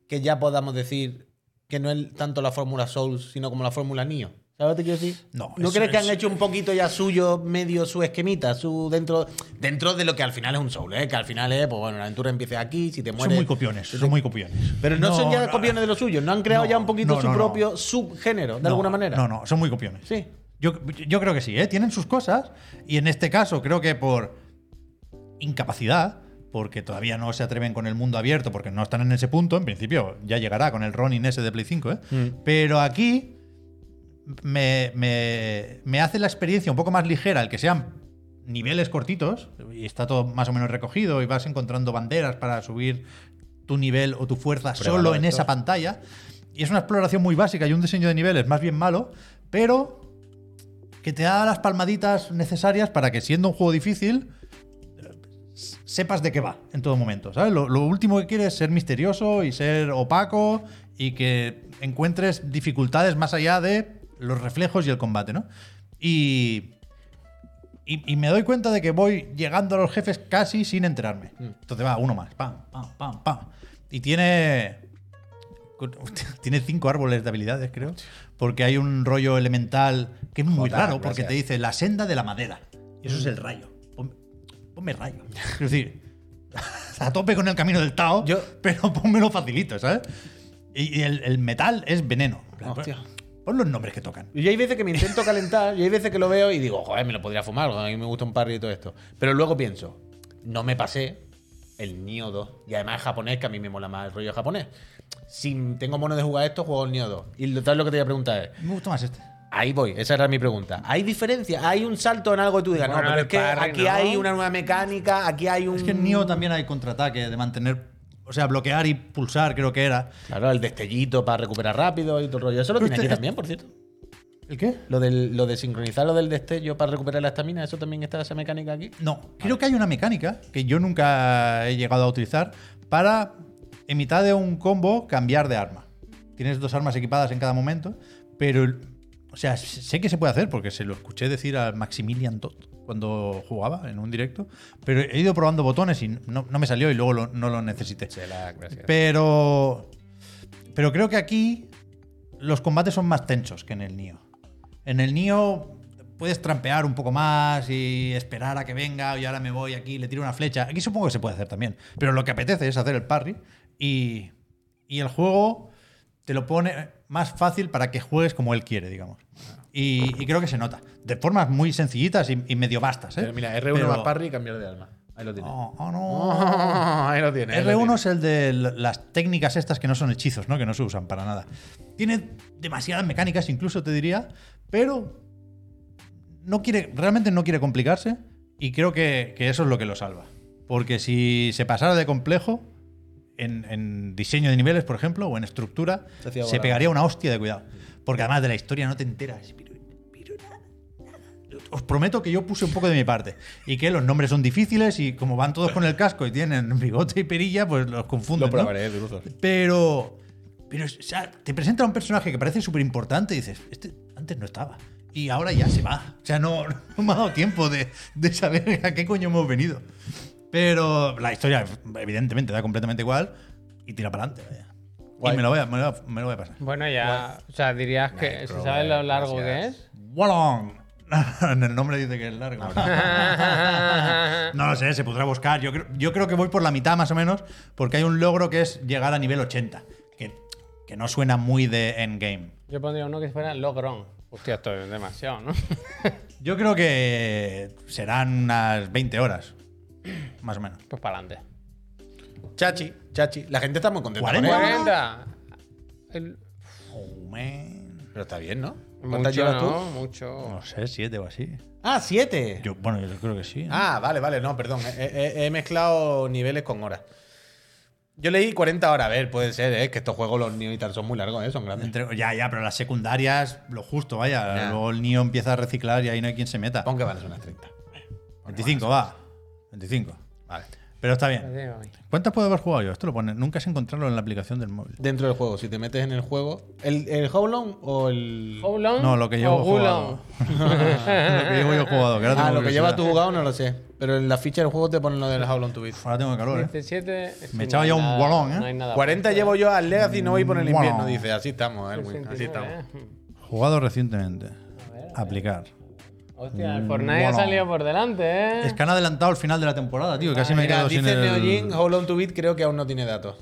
S2: que ya podamos decir que no es tanto la fórmula Souls, sino como la fórmula Nio? ¿Sabes lo que te quiero decir?
S1: No,
S2: ¿No
S1: eso
S2: crees que han
S1: es-
S2: hecho un poquito ya suyo, medio su esquemita, su dentro dentro de lo que al final es un Soul, ¿eh? que al final es, pues bueno, la aventura empieza aquí, si te mueres.
S1: Son muy copiones, son muy copiones.
S2: Pero no, son ya
S1: no,
S2: copiones de los suyos, no han creado
S1: No,
S2: ya un poquito
S1: no,
S2: su
S1: no, no.
S2: propio subgénero, de
S1: no,
S2: alguna manera.
S1: No, no, son muy copiones.
S2: Sí.
S1: Yo, yo creo que sí, ¿eh? tienen sus cosas y en este caso creo que por incapacidad, porque todavía no se atreven con el mundo abierto, porque no están en ese punto. En principio, ya llegará con el Ronin ese de Play 5, ¿eh? Pero aquí me, me- me hace la experiencia un poco más ligera el que sean niveles cortitos y está todo más o menos recogido y vas encontrando banderas para subir tu nivel o tu fuerza solo en esa pantalla. Y es una exploración muy básica y un diseño de niveles más bien malo, pero que te da las palmaditas necesarias para que siendo un juego difícil sepas de qué va en todo momento. ¿sabes? Lo, lo último que quieres es ser misterioso y ser opaco y que encuentres dificultades más allá de los reflejos y el combate, ¿no? Y, y, y me doy cuenta de que voy llegando a los jefes casi sin enterarme.
S2: Mm.
S1: Entonces va uno más, pam, pam, pam, pam. Y tiene tiene cinco árboles de habilidades, creo. Porque hay un rollo elemental que es muy
S2: Joder,
S1: raro, porque
S2: gracias. Mm.
S1: te dice la senda de la madera. Y eso es el rayo. Ponme, ponme rayo. Es decir, a tope con el camino del Tao,
S2: Yo-
S1: pero pónmelo facilito, ¿sabes? Y, y el, el metal es veneno.
S2: Hostia.
S1: Pon los nombres que tocan.
S2: Y hay veces que me intento calentar, y hay veces que lo veo y digo, joder, me lo podría fumar, a mí me gusta un parry y todo esto. Pero luego pienso, no me pasé el Nioh 2. Y además es japonés, que a mí me mola más el rollo japonés. Si tengo mono de jugar esto, juego el Nioh 2. Y lo, tal lo que te voy a preguntar es,
S1: Me gusta más este.
S2: Ahí voy, esa era mi pregunta. ¿Hay diferencia? ¿Hay un salto en algo que tú digas?
S3: Bueno,
S2: no, pero
S3: el
S2: es que
S3: parry,
S2: aquí
S3: ¿no?
S2: hay una nueva mecánica, aquí hay un.
S1: Es que en Nioh también hay contraataque de mantener, o sea, bloquear y pulsar, creo que era.
S2: Claro, el destellito para recuperar rápido y todo el rollo. Eso lo
S1: Pero
S2: tiene
S1: este-
S2: aquí también, por cierto.
S1: ¿El qué?
S2: Lo, del, lo de sincronizar lo del destello para recuperar la estamina, eso también está esa mecánica aquí.
S1: No, creo que hay una mecánica que yo nunca he llegado a utilizar para, en mitad de un combo, cambiar de arma. Tienes dos armas equipadas en cada momento, pero, el- o sea, sé que se puede hacer porque se lo escuché decir a Maximilian Todd cuando jugaba en un directo, pero he ido probando botones y no, no me salió y luego lo- no lo necesité. Pero. Pero creo que aquí los combates son más tensos que en el Nio. En el Nio puedes trampear un poco más y esperar a que venga, y ahora me voy aquí, le tiro una flecha. Aquí supongo que se puede hacer también. Pero lo que apetece es hacer el parry y, y el juego te lo pone más fácil para que juegues como él quiere, digamos. Y, y creo que se nota. De formas muy sencillitas y, y medio bastas. ¿eh?
S2: Pero mira, R1
S1: Pero-
S2: más parry y cambiar de alma. Ahí lo tiene.
S1: Oh, oh, no.
S2: Ahí lo tiene. ahí lo
S1: R1
S2: tiene.
S1: es el de l- las técnicas estas que no son hechizos, ¿no? Que no se usan para nada. Tiene demasiadas mecánicas, incluso te diría, pero no quiere, realmente no quiere complicarse y creo que, que eso es lo que lo salva. Porque si se pasara de complejo, en, en diseño de niveles, por ejemplo, o en estructura,
S2: Se
S1: se,
S2: hacía bola.
S1: pegaría una hostia de cuidado. Porque además de la historia no te enteras. pero- pero nada, nada. Os prometo que yo puse un poco de mi parte. Y que los nombres son difíciles y como van todos con el casco y tienen bigote y perilla, pues los confunden.
S2: Lo
S1: ¿no?
S2: probaré, Druzo.
S1: Pero. Pero, o sea, te presenta a un personaje que parece súper importante y dices, este antes no estaba. Y ahora ya se va. O sea, no, no me ha dado tiempo de, de saber a qué coño hemos venido. Pero la historia, evidentemente, da completamente igual y tira para adelante. vaya.
S2: Guay.
S1: Y me lo, voy a, me, lo, voy a- me lo voy a pasar.
S3: Bueno, ya. O sea, dirías que.
S2: Nightcrawler,
S3: ¿Se sabe lo largo
S2: gracias.
S1: ¡Walong! en el nombre dice que es largo.
S3: que es?
S1: No lo sé, se podrá buscar. Yo creo, yo creo que voy por la mitad más o menos, porque hay un logro que es llegar a nivel 80, que, que no suena muy de endgame.
S3: Yo pondría uno que fuera Logrón. Hostia, esto es demasiado, ¿no?
S1: Yo creo que serán unas 20 horas, más o menos.
S3: Pues para adelante.
S2: Chachi, chachi. La gente está muy contenta. con
S1: 40.
S3: Pues
S2: él.
S3: 40. El-
S1: Oh, man.
S2: Pero está bien, ¿no? ¿Cuántas
S3: Mucho,
S2: llevas
S3: ¿no?
S2: tú?
S3: Mucho.
S1: No sé, 7 o así.
S2: Ah, siete.
S1: Yo, bueno, yo creo que sí. ¿eh? ¿no?
S2: Ah, vale, vale, no, perdón. He, he- he mezclado niveles con horas. Yo leí 40 horas, a ver, puede ser, ¿eh? que estos juegos los Neo y tal son muy largos, ¿eh? son grandes.
S1: Entre- ya, ya, pero las secundarias, lo justo, vaya.
S2: Ya.
S1: Luego el Nio empieza a reciclar y ahí no hay quien se meta.
S2: Pon que van a ser unas 30.
S1: 25, va. 25.
S2: Vale.
S1: Pero está bien.
S3: Adiós, amigo.
S1: ¿Cuántas puedo haber jugado yo? Esto lo pone. Nunca se encontrarlo en la aplicación del móvil.
S2: Dentro del juego, si te metes en el juego. ¿El, el How Long o el.?
S3: Oblong
S1: No, lo que llevo
S3: o
S1: jugado.
S3: Gulong. Ah.
S1: lo que llevo yo jugado. que ahora
S2: Ah,
S1: tengo
S2: lo que
S1: curiosidad.
S2: lleva tu jugado no lo sé. Pero en la ficha del juego te ponen lo del How Long to Beat.
S1: Ahora tengo calor, ¿eh?
S3: 17. es
S1: Me
S3: que
S1: echaba
S3: no
S1: ya
S3: hay
S1: un
S3: nada-
S1: Wallong, ¿eh?
S3: No hay nada.
S2: 40 llevo yo al Legacy, no voy por el
S1: Wow.
S2: invierno, dice. Así estamos, Elwin. Así
S3: 69,
S2: estamos.
S3: ¿eh?
S1: Jugado recientemente. Aplicar.
S3: Hostia, el Fortnite ha
S1: Wallong.
S3: salido por delante, ¿eh?
S1: Es que han adelantado el final de la temporada, tío. y Casi me he
S2: Ah, Mira,
S1: quedado sin
S2: dice
S1: el...
S2: Neojin, oh, How Long to Beat creo que aún no tiene datos.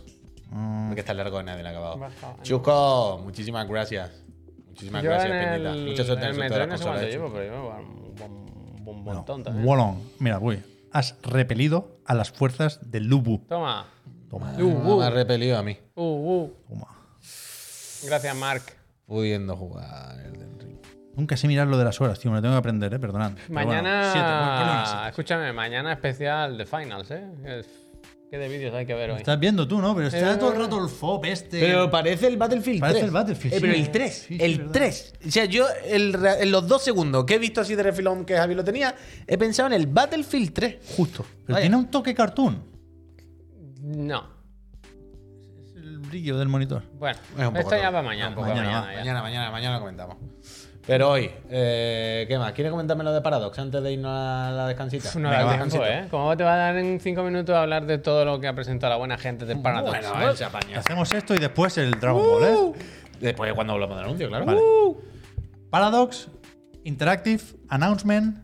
S1: Mm,
S2: Porque está largo y nadie lo ha acabado.
S3: Baja. eh.
S2: Chusco, muchísimas gracias. Muchísimas
S3: Yo
S2: gracias,
S3: en
S2: Peñita.
S3: el,
S2: Mucha suerte en
S3: en
S2: el
S3: el
S2: sector de
S3: metro
S2: las
S3: no sé cuánto
S2: consolas. eh.
S3: llevo, pero llevo un, buen- un buen montón
S1: no.
S3: también.
S1: Wallong. Mira, voy. has repelido a las fuerzas del Lubu.
S3: Toma.
S1: Toma.
S3: Uh, uh.
S2: Ah, Me ha repelido a mí,
S3: Uh, uh.
S1: Toma.
S3: Gracias, Mark.
S2: pudiendo jugar Elden Ring.
S1: Nunca sé mirar lo de las horas, tío. Me lo tengo que aprender, ¿eh? Perdonad. Pero
S3: Mañana.
S1: bueno, siete, bueno, ponle una siete.
S3: escúchame, mañana especial de Finals, ¿eh? Es- ¿Qué de vídeos hay que ver hoy?
S1: Estás viendo tú, ¿no? Pero está
S3: Eh,
S1: todo el rato el FOP este.
S2: Pero parece el Battlefield
S1: Parece
S2: 3.
S1: el Battlefield,
S2: Eh, pero
S1: sí.
S2: el 3.
S1: Sí, sí,
S2: el
S1: verdad.
S2: 3. O sea, yo el re- en los dos segundos que he visto así de refilón que Javi lo tenía, he pensado en el Battlefield 3. Justo.
S1: Pero tiene un toque cartoon.
S3: No.
S1: Es el brillo del monitor.
S3: Bueno,
S2: Es un poco
S3: esto ya
S2: raro.
S3: va mañana. un poco
S1: mañana
S3: mañana,
S1: va,
S3: Ah, ya.
S2: Mañana, mañana, mañana lo comentamos. Pero hoy, eh, ¿qué más? ¿Quieres comentarme lo de Paradox antes de irnos a la descansita?
S3: Pff, No
S2: Venga,
S3: da
S2: va,
S3: tiempo,
S2: descansito.
S3: ¿eh? ¿Cómo te va a dar en cinco minutos a hablar de todo lo que ha presentado la buena gente de Paradox?
S2: Bueno, eh, él se apaña.
S1: Hacemos esto y después el Dragon Ball, ¿eh?
S2: Después cuando volvamos del anuncio, claro. Uh.
S1: Vale. Paradox Interactive Announcement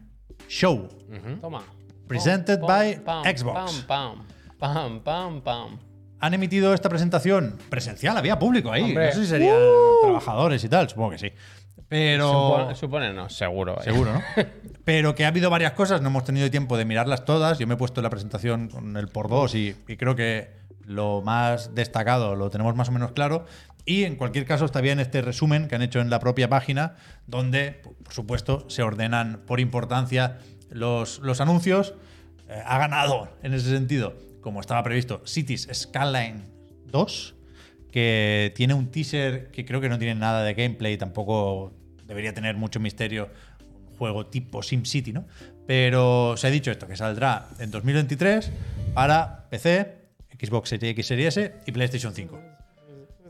S1: Show.
S3: ¿eh? Toma.
S1: Presented by Xbox.
S3: Pam, pam, pam, pam, pam.
S1: Han emitido esta presentación presencial, había público ahí.
S3: Hombre.
S1: No sé si serían trabajadores y tal, supongo que sí. Pero.
S3: Supo- supone no, seguro. eh.
S1: Seguro, ¿no? Pero que ha habido varias cosas, no hemos tenido tiempo de mirarlas todas. Yo me he puesto la presentación con el por dos y, y creo que lo más destacado lo tenemos más o menos claro. Y en cualquier caso está bien este resumen que han hecho en la propia página, donde, por supuesto, se ordenan por importancia los, los anuncios. Eh, ha ganado en ese sentido, como estaba previsto, Cities Skyline 2 que tiene un teaser que creo que no tiene nada de gameplay, tampoco debería tener mucho misterio un juego tipo SimCity, ¿no? Pero se ha dicho esto, que saldrá en 2023 para PC, Xbox Series X Series S y PlayStation 5.
S3: Este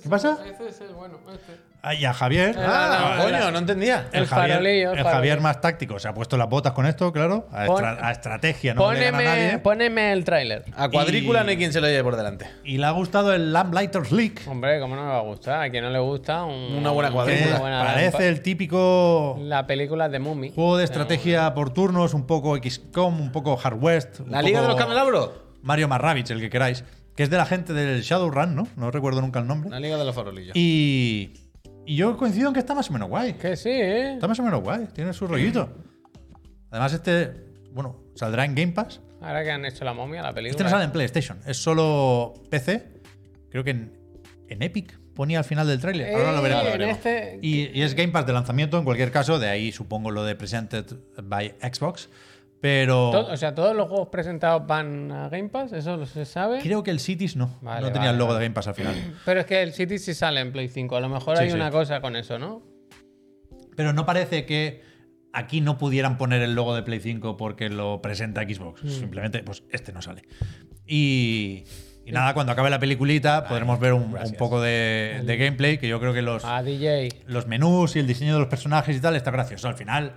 S1: ¿Qué pasa?
S2: este.
S1: Ay, a Javier.
S2: Ah,
S3: Ah,
S2: coño,
S3: la-
S2: no entendía.
S3: el farolillo, el
S1: el Javier más táctico. Se ha puesto las botas con esto, claro. A,
S3: Pon-
S1: estra- a estrategia, no le gana a
S3: Póneme,
S1: nadie.
S3: póneme el tráiler.
S2: A cuadrícula
S1: Y-
S2: no hay quien se lo lleve por delante.
S1: Y le ha gustado el Lamplighters League.
S3: Hombre, ¿cómo no me va a gustar? A quien no le gusta, un-
S2: Una buena
S1: que
S2: cuadrícula.
S3: una buena eh,
S1: parece el típico
S3: La película de Mummy.
S1: Juego de estrategia por turnos, un poco XCOM, un poco Hard West. un
S2: ¿La Liga de
S1: poco
S2: los Candelabros?
S1: Mario más Rabbids, el que queráis. Que es de la gente del Shadowrun, ¿no? No recuerdo nunca el nombre.
S2: La Liga de los Farolillos.
S1: Y, y yo coincido en que está más o menos guay.
S3: Que sí, ¿eh?
S1: Está más o menos guay, tiene su rollito. Además, este, bueno, saldrá en Game Pass.
S3: Ahora que han hecho la momia, la película.
S1: Este no sale en PlayStation, es solo PC. Creo que en, en Epic ponía al final del tráiler. Ahora lo veremos.
S3: Eh,
S1: lo
S3: en
S1: veremos.
S3: este-
S1: Y, y es Game Pass de lanzamiento, en cualquier caso, de ahí supongo lo de Presented by Xbox. Pero
S3: To- o sea, todos los juegos presentados van a Game Pass, eso lo se sabe.
S1: creo que el Cities no.
S3: Vale,
S1: no tenía el
S3: vale,
S1: logo
S3: vale.
S1: de Game Pass al final.
S3: Pero es que el City sí sale en Play 5. A lo mejor
S1: Sí,
S3: hay
S1: sí.
S3: una cosa con eso, ¿no?
S1: Pero no parece que aquí no pudieran poner el logo de Play 5 porque lo presenta Xbox.
S3: Mm.
S1: Simplemente, pues este no sale. Y, y nada, cuando acabe la peliculita podremos ver un, un poco de, de gameplay, que yo creo que los,
S3: A DJ.
S1: los menús y el diseño de los personajes y tal está gracioso. Al final,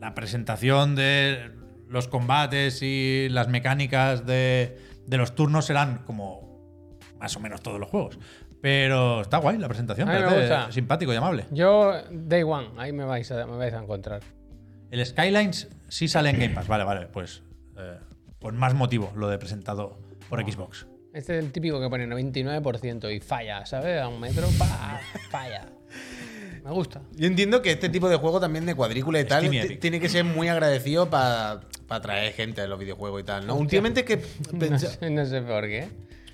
S1: la presentación de los combates y las mecánicas de, de los turnos serán como más o menos todos los juegos. Pero está guay la presentación,
S3: A mí me
S1: parece
S3: gusta.
S1: simpático y amable.
S3: Yo, Day One, ahí me vais a, me vais a encontrar.
S1: El Skylines sí sale en Game Pass. Vale, vale, pues eh, con más motivo lo de presentado por Xbox.
S3: Este es el típico que pone 99% y falla, ¿sabes? A un metro, pa, falla. Me gusta.
S2: Yo entiendo que este tipo de juego también de cuadrícula y tal
S1: Steam y
S2: t-
S1: Epic.
S2: tiene que ser muy agradecido para atraer gente a los videojuegos y tal, ¿no? Últimamente es que
S3: No
S2: pensa-
S3: sé, no sé por qué.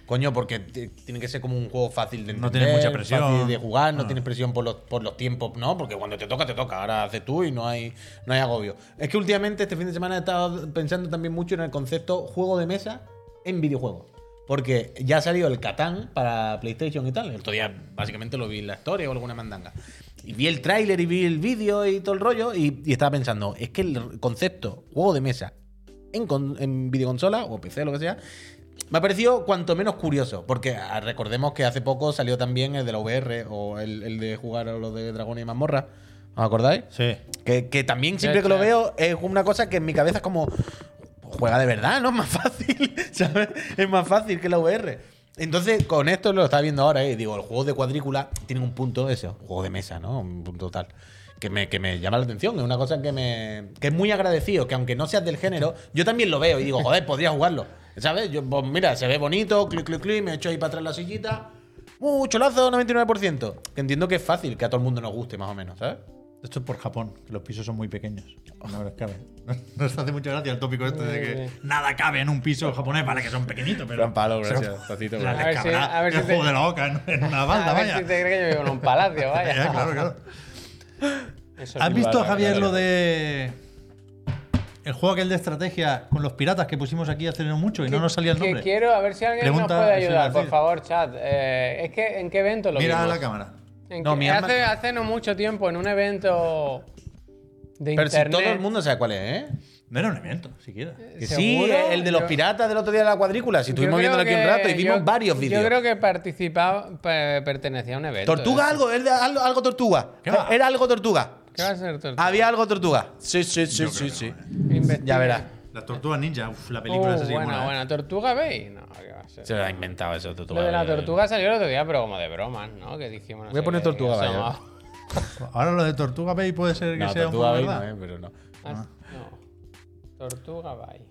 S2: coño, porque t- tiene que ser como un juego fácil de
S1: No
S2: entender,
S1: tienes mucha presión. Ah.
S2: fácil de jugar, no tienes presión por los, por los tiempos, ¿no? Porque cuando te toca te toca, ahora haces tú y no hay no hay agobio. Es que últimamente este fin de semana he estado pensando también mucho en el concepto juego de mesa en videojuegos. Porque ya ha salido el Catán para PlayStation y tal. El otro día básicamente lo vi en la historia o alguna mandanga. Y vi el tráiler y vi el vídeo y todo el rollo y, y estaba pensando, es que el concepto juego de mesa en, con- en videoconsola o PC, lo que sea, me ha parecido cuanto menos curioso. Porque ah, recordemos que hace poco salió también el de la VR o el, el de jugar a los de Dragón y Mazmorra. ¿Os acordáis?
S1: Sí.
S2: Que, que también siempre
S3: Ya,
S2: que lo
S3: claro.
S2: veo es una cosa que en mi cabeza es como. Juega de verdad, ¿no? Es más fácil, ¿sabes? Es más fácil que la VR. Entonces, con esto lo está viendo ahora, ¿eh? Digo, el juego de cuadrícula tiene un punto ese, un juego de mesa, ¿no? Un punto tal. Que me, que me llama la atención, es una cosa que me. que es muy agradecido, que aunque no seas del género, yo también lo veo y digo, joder, podría jugarlo. ¿Sabes? Yo, pues mira, se ve bonito, clic, clic, clic, me echo ahí para atrás la sillita. ¡Uh, cholazo! 99%. Que entiendo que es fácil, que a todo el mundo nos guste, más o menos, ¿sabes?
S1: Esto es por Japón, que los pisos son muy pequeños. No les cabe. Nos hace mucha gracia el tópico este de que nada cabe en un piso japonés, vale que son pequeñitos, pero.
S2: Gran palo,
S1: pero-
S2: gracias, Tacito,
S1: la-
S2: gracias.
S1: les
S3: A ver si-
S1: cabrá
S3: a ver si
S1: el
S3: te-
S1: juego de la oca en, en una banda,
S3: a ver
S1: vaya.
S3: si te crees que yo vivo en un palacio, vaya.
S1: Ya, claro, claro.
S3: Eso
S1: ¿Has
S3: sí.
S1: visto,
S2: vale,
S1: Javier,
S2: vale.
S1: lo de. El juego aquel de estrategia con los piratas que pusimos aquí hace no mucho y no nos salía el
S3: Que
S1: nombre?
S3: quiero a ver si alguien
S1: Pregunta
S3: nos puede
S1: a Jesús
S3: ayudar, por
S1: García.
S3: favor, chat. Eh, es que, ¿en qué evento lo
S1: Mira a
S3: vimos?
S1: la cámara.
S3: En
S1: No,
S3: que-
S1: mi
S3: hace,
S1: arma-
S3: hace no mucho tiempo, en un evento de
S2: Pero si
S3: internet.
S2: todo el mundo sabe cuál es, ¿eh?
S1: No era un evento, siquiera.
S3: Eh,
S2: Que sí,
S3: ¿Seguro?
S2: el de los
S3: Yo-
S2: piratas del otro día de la cuadrícula. Si
S3: Yo
S2: estuvimos viéndolo aquí
S3: creo
S2: un
S3: que-
S2: rato y vimos
S3: yo-
S2: varios vídeos.
S3: Yo creo que participaba, pe- pertenecía a un evento.
S2: Tortuga
S3: ¿eh?
S2: algo, es de algo, algo tortuga.
S1: ¿Qué va?
S2: Era algo tortuga.
S3: ¿Qué va a ser tortuga?
S2: Había algo tortuga. Sí, sí, sí,
S1: Yo creo
S2: sí,
S1: que
S2: sí.
S3: Investiga.
S2: Ah, Ya verás.
S1: Las tortugas ninja, uf, la
S3: Uh,
S1: película esa sí que
S3: buena,
S1: mola, ¿eh?
S3: buena. ¿Tortuga veis? No, ¿qué va a ser?
S2: Se lo ha inventado eso, tortuga.
S3: Lo de la tortuga salió el otro día, pero como de bromas, ¿no? Que dijimos. no
S2: Voy a
S3: sé
S2: poner
S3: qué,
S2: tortuga, ¿eh?
S3: que
S2: vaya.
S3: asomaba.
S1: Ahora lo de Tortuga Bay puede ser que
S2: No,
S1: sea
S2: tortuga
S1: un
S2: Bay
S1: poco
S2: no,
S1: verdad.
S2: eh, pero no.
S3: Ah, no. Tortuga Bay.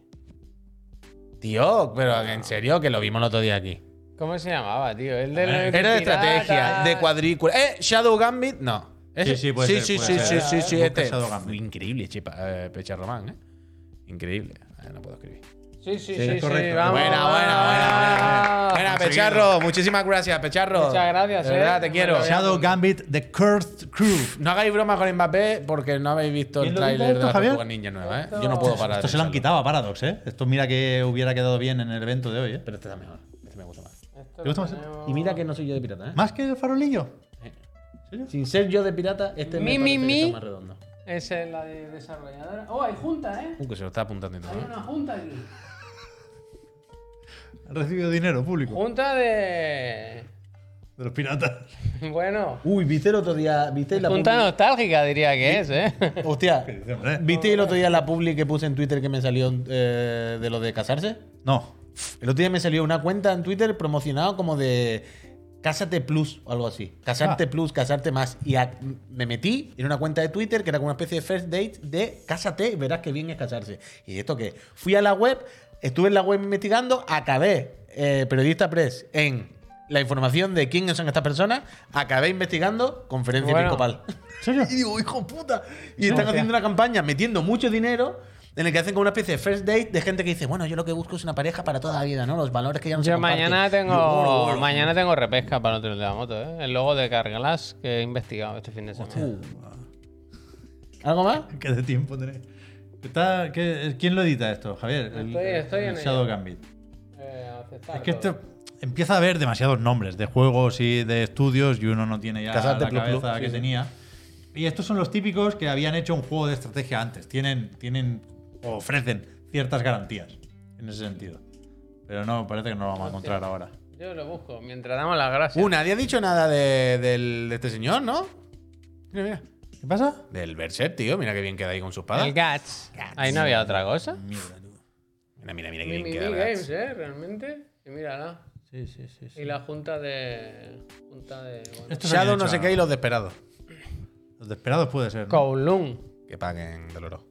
S2: Tío, pero en serio, que lo vimos el otro día aquí.
S3: ¿Cómo se llamaba, tío? El de
S2: Ah, Eh, Era de estrategia, de
S3: cuadro.
S2: cuadrícula. ¿Eh? ¿Shadow Gambit? No. ¿Ese?
S1: sí, puede
S2: sí,
S1: ser,
S2: sí,
S1: puede
S2: sí,
S1: ser.
S2: sí, sí, sí,
S1: Busca
S2: este.
S1: Shadow
S2: Uf,
S1: Gambit.
S2: Increíble, chepa, eh, Pecha Román, ¿eh? Increíble. Ah, no puedo escribir.
S3: Sí,
S1: Sí,
S3: sí, sí, sí,
S1: correcto.
S3: vamos.
S2: Buena, buena, buena, buena. Buena,
S1: Conseguido.
S2: Pecharro. Muchísimas gracias, Pecharro.
S3: Muchas gracias,
S2: De verdad,
S3: eh.
S2: te quiero.
S3: Maravilloso.
S1: Shadow Gambit, The Cursed Crew.
S2: No hagáis broma con Mbappé porque no habéis visto
S1: ¿Quién
S2: el
S1: lo
S2: tráiler
S1: quita
S2: de
S1: esto,
S2: la
S1: Javier?
S2: Tortuga Ninja nueva, ¿eh? Yo no puedo parar.
S1: Esto
S2: de
S1: se lo han
S2: pensarlo.
S1: quitado a Paradox, ¿eh? Esto mira que hubiera quedado bien en el evento de hoy, ¿eh?
S2: Pero este está mejor. Este me gusta más.
S3: Esto
S1: ¿Te gusta
S3: lo
S1: más?
S3: tenemos-
S2: Y mira que no soy yo de pirata, ¿eh?
S1: ¿Más que el farolillo?
S2: Sin ser yo de pirata, este
S3: Mi,
S2: me parece que
S3: mi, mi.
S2: está más redondo.
S3: Esa es la de desarrolladora. Oh, hay junta, ¿eh?
S2: Uh, que se lo está apuntando y todo,
S3: Hay
S2: ¿eh?
S3: una junta aquí.
S1: Han recibido dinero público
S3: Junta de.
S1: de los piratas.
S3: Bueno.
S2: Uy, viste el otro día. ¿Viste la
S3: Junta
S2: publi-
S3: nostálgica, diría que es, ¿eh?
S2: Hostia.
S1: hombre.
S2: ¿Viste el otro día la publi que puse en Twitter que me salió eh, de lo de casarse?
S1: No.
S2: El otro día me salió una cuenta en Twitter promocionada como de Cásate Plus o algo así. Casarte
S1: Ah.
S2: Plus, casarte más. Y a- me metí en una cuenta de Twitter que era como una especie de first date de Cásate y verás qué bien es casarse. ¿Y esto qué? Fui a la web, estuve en la web investigando, acabé eh, Periodista Press en la información de quiénes son estas personas, acabé investigando conferencia
S3: Bueno.
S2: episcopal. Y digo, hijo puta. Y están haciendo una campaña metiendo mucho dinero en el que hacen como una especie de first date de gente que dice, bueno, yo lo que busco es una pareja para toda la vida, ¿no? Los valores que ya no se
S3: Yo
S2: comparten".
S3: mañana
S2: Y yo, "Oro,
S3: tengo.
S2: oro".
S3: Mañana tengo repesca para el otro de la moto, ¿eh? El logo de Carglass que he investigado este fin de semana.
S2: Uh. ¿Algo más?
S1: ¿Qué de tiempo tenéis? Está- qué- ¿Quién lo edita esto, Javier? El-
S3: Estoy- estoy
S1: el
S3: en
S1: Shadow
S3: ello.
S1: Gambit.
S3: Eh,
S1: Es que esto empieza a haber demasiados nombres de juegos y de estudios y uno no tiene ya
S2: Casarte,
S1: la
S2: plu, plu.
S1: cabeza que
S2: Sí, sí.
S1: tenía. Y estos son los típicos que habían hecho un juego de estrategia antes. Tienen, tienen o ofrecen ciertas garantías en ese sentido. Pero no, parece que no lo vamos a encontrar ahora.
S3: Yo lo busco mientras damos las gracias.
S2: Uh, nadie ha dicho nada de, del- de este señor, ¿no? Mira, mira.
S1: ¿Qué pasa?
S2: Del Berserk, tío. Mira qué bien queda ahí con su espada.
S3: El Gats. Ahí no había otra cosa.
S1: Mierda, tú.
S2: Mira, mira, mira qué
S3: Mi,
S2: bien
S3: mi,
S2: queda. el
S3: games,
S2: Berserk.
S3: ¿eh? Realmente. Y mírala.
S1: Sí, sí, sí. sí.
S3: Y la junta de. Junta de. Bueno.
S1: Estos
S2: Shadow,
S1: habían
S2: no
S1: hecho
S2: sé qué, y los desesperados.
S1: Los desesperados puede ser. ¿no?
S3: Kowloon.
S2: Que paguen del oro.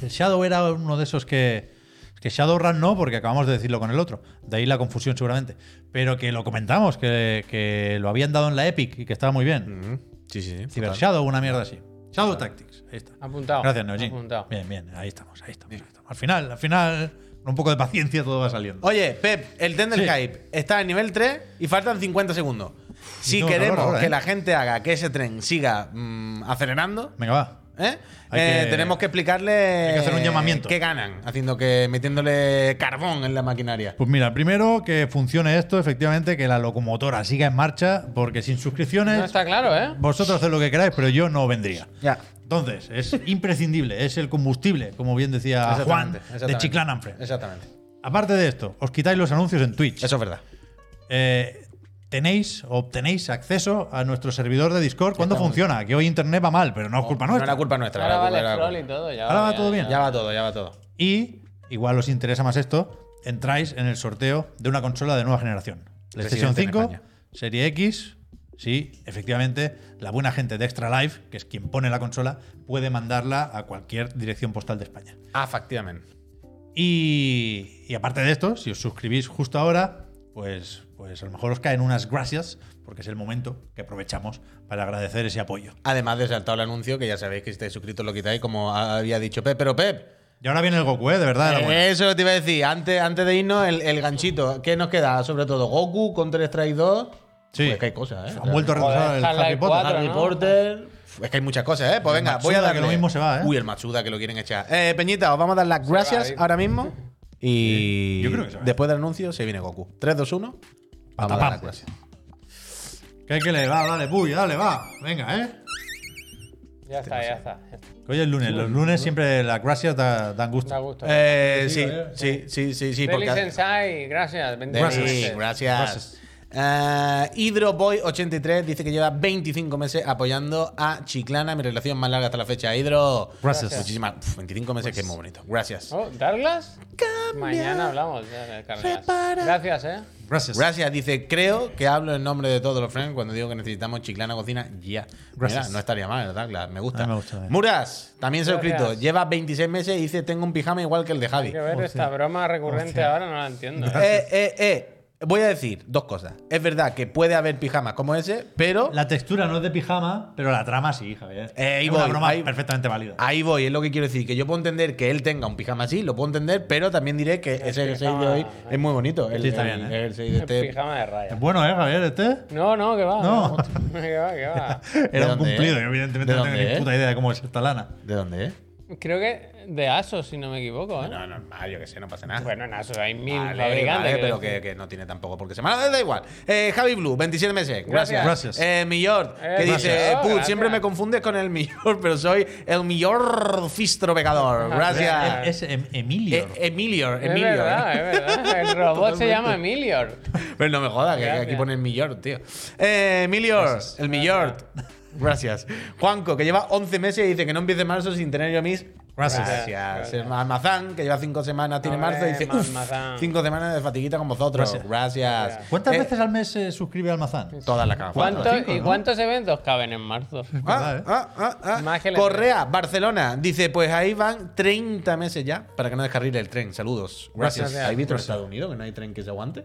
S1: El Shadow era uno de esos que. Que Shadowrun no, porque acabamos de decirlo con el otro. De ahí la confusión, seguramente. Pero que lo comentamos, que, que lo habían dado en la Epic y que estaba muy
S2: Mm.
S1: bien.
S2: Ujú. Sí, sí, sí.
S1: Cyber
S2: Total.
S1: Shadow, una mierda así. Shadow Tactics, ahí está.
S3: Apuntado.
S1: Gracias, Neojin.
S3: Apuntado.
S1: Bien, bien, ahí estamos, ahí estamos, ahí estamos. Al final, al final, con un poco de paciencia todo va saliendo.
S2: Oye, Pep, el Tender
S1: Sí.
S2: Hype está en nivel 3 y faltan 50 segundos. Si
S1: No,
S2: queremos
S1: calor ahora,
S2: que
S1: ¿eh?
S2: la gente haga que ese tren siga mm, acelerando,
S1: Venga, va.
S2: ¿eh?
S1: Hay
S2: Eh,
S1: que-
S2: tenemos que explicarle
S1: hay que hacer un llamamiento.
S2: qué ganan haciendo que metiéndole carbón en la maquinaria.
S1: Pues mira, primero que funcione esto, efectivamente, que la locomotora siga en marcha, porque sin suscripciones,
S3: No está claro, ¿eh?
S1: vosotros haced lo que queráis, pero yo no vendría.
S2: Ya.
S1: Entonces, es imprescindible, es el combustible, como bien decía Juan
S2: Exactamente,
S1: de
S2: exactamente.
S1: Chiclán and Friends.
S2: Exactamente.
S1: Aparte de esto, os quitáis los anuncios en Twitch.
S2: Eso es verdad.
S1: Eh, tenéis o obtenéis acceso a nuestro servidor de Discord cuando
S2: Estamos- Oh,
S1: funciona. Que hoy internet va mal, pero no es culpa
S2: No
S1: nuestra.
S2: era culpa nuestra.
S3: Ahora
S2: era
S3: vale
S2: culpa- era
S3: scroll y
S2: culpa.
S3: todo. Ya
S1: Ahora va todo
S3: ya,
S1: bien.
S3: ya.
S2: Ya va todo, ya va todo.
S1: Y, igual os interesa más esto, entráis en el sorteo de una consola de nueva generación.
S2: Este
S1: PlayStation
S2: Residente en
S1: 5,
S2: España.
S1: Serie X. Sí, efectivamente, la buena gente de Extra Life, que es quien pone la consola, puede mandarla a cualquier dirección postal de España.
S2: Ah, efectivamente.
S1: Y, y aparte de esto, si os suscribís justo ahora, pues, pues a lo mejor os caen unas gracias, porque es el momento que aprovechamos para agradecer ese apoyo.
S2: Además de saltado el anuncio, que ya sabéis que si estáis suscritos lo quitáis, como había dicho Pep. Pero Pep,
S1: Y ahora viene el Goku, ¿eh? De verdad. era bueno.
S2: eso te iba a decir. Antes, antes de irnos, el, el ganchito. ¿Qué nos queda? Sobre todo Goku, Counter-Strike 2.
S1: Sí.
S2: Pues que hay cosas, ¿eh?
S1: Han vuelto a
S3: Joder,
S1: retrasar el
S3: Half-Life
S1: Harry Potter.
S3: 4.
S2: Harry
S3: ¿no?
S2: Potter. Es que hay muchas cosas, ¿eh? Pues
S1: El
S2: venga, voy a
S1: Matsuda,
S2: dar
S1: que lo mismo se va, ¿eh?
S2: Uy, el Matsuda que lo quieren echar. Eh, Peñita, os vamos a dar las gracias
S3: va a ir.
S2: ahora mismo. Y
S1: Sí, yo creo que se va.
S2: después del anuncio se viene Goku. 3, 2, 1. Vamos a dar
S1: Patapam.
S2: las gracias.
S1: Que hay que le va, dale, puy, dale, va. Venga, ¿eh?
S3: Ya está, ya está. ya está.
S1: Que Hoy es lunes. Los lunes siempre las gracias da- dan
S3: Da
S1: gusto.
S3: gusto.
S2: Eh, sí, sí, sí, sí, sí.
S3: Feliz
S2: porque-
S3: Sensei, gracias. 20
S2: Sí,
S3: meses.
S2: gracias. Eh, Hidroboy83 dice que lleva 25 meses apoyando a Chiclana, mi relación más larga hasta la fecha. Hidro,
S1: Gracias. Pues,
S2: Muchísimas, pf, 25 meses, que es muy bonito. Gracias.
S3: Oh, ¿Douglas? Mañana hablamos ya del Cargas.
S2: Repara.
S3: Gracias, eh.
S1: Gracias.
S2: Gracias, dice, creo que hablo en nombre de todos los friends cuando digo que necesitamos Chiclana Cocina ya.
S1: Gracias.
S2: Mira, no estaría mal, Douglas, me gusta.
S1: A mí me gusta, eh.
S2: Muras, también se ha
S3: Gracias.
S2: escrito, lleva 26 meses y dice, tengo un pijama igual que el de Javi.
S3: Hay que ver esta broma recurrente ahora, no la entiendo. eh.
S2: Eh, eh, eh. Voy a decir dos cosas. Es verdad que puede haber pijamas como ese, pero
S1: La textura no es de pijama, pero la trama sí, Javier.
S2: Eh, ahí
S1: es una
S2: voy,
S1: broma
S2: ahí-
S1: perfectamente válida.
S2: Ahí voy, es lo que quiero decir. Que yo puedo entender que él tenga un pijama así, lo puedo entender, pero también diré que ese jersey de hoy es muy bonito. El,
S1: Sí, está
S2: el-
S1: bien, ¿eh?
S2: eh. el jersey de este-
S3: Pijama de
S1: Es
S3: raya.
S1: bueno, ¿eh, Javier? Este
S3: No, no, que va.
S1: No.
S3: Que va, que va.
S1: era un
S2: dónde
S1: cumplido.
S2: es?
S1: Yo, evidentemente,
S2: ¿De
S1: no tengo
S2: dónde eh?
S1: ni
S2: es?
S1: puta idea de cómo es esta lana.
S2: ¿De dónde es?
S3: Creo que de ASOS, si no me equivoco, ¿eh?
S2: No, normal, yo que sé, no pasa nada.
S3: Bueno, en ASOS hay mil
S2: Vale,
S3: fabricantes.
S2: vale,
S3: quiero
S2: pero
S3: decir.
S2: que, que no tiene tampoco por qué se mala. Da igual. Eh, Javi Blue, 27 meses. Gracias.
S1: Gracias.
S2: Eh, Millor,
S3: Eh,
S2: que
S3: gracias.
S2: dice, "Put,
S3: Gracias.
S2: siempre me confundes con el Millor, pero soy el Millor Fistro Pecador.
S3: Ah,
S2: Gracias.
S1: Es em- Emilio.
S2: Eh, Emilior,
S3: Es
S2: Emilior.
S3: verdad,
S2: ¿eh?
S3: es verdad. El robot se llama Emilior.
S2: Pero no me jodas, que
S3: Gracias.
S2: aquí ponen Millord, tío. Eh, Millord, el Millord. Gracias. Juanco, que lleva 11 meses y dice que no empiece marzo sin tener yo mis.
S1: Gracias.
S2: Gracias.
S3: Gracias.
S2: El Almazán, que lleva 5 semanas, tiene
S3: Hombre,
S2: marzo y dice.
S3: Almazán.
S2: 5 semanas de fatiguita con vosotros. Gracias.
S1: Gracias. ¿Cuántas
S2: Eh,
S1: veces al mes se suscribe Almazán?
S2: Todas las cagas.
S3: ¿Cuántos-
S1: cinco,
S3: ¿Y
S1: ¿no?
S3: cuántos eventos caben en marzo?
S2: Ah,
S1: ¿Verdad, eh?
S2: ah, ah, ah.
S3: Más que la-
S2: Correa, Barcelona, dice: Pues ahí van 30 meses ya para que no descarrile el tren. Saludos. Gracias.
S1: Gracias.
S2: ¿Has visto en
S1: Gracias.
S2: Estados Unidos que no hay tren que se aguante?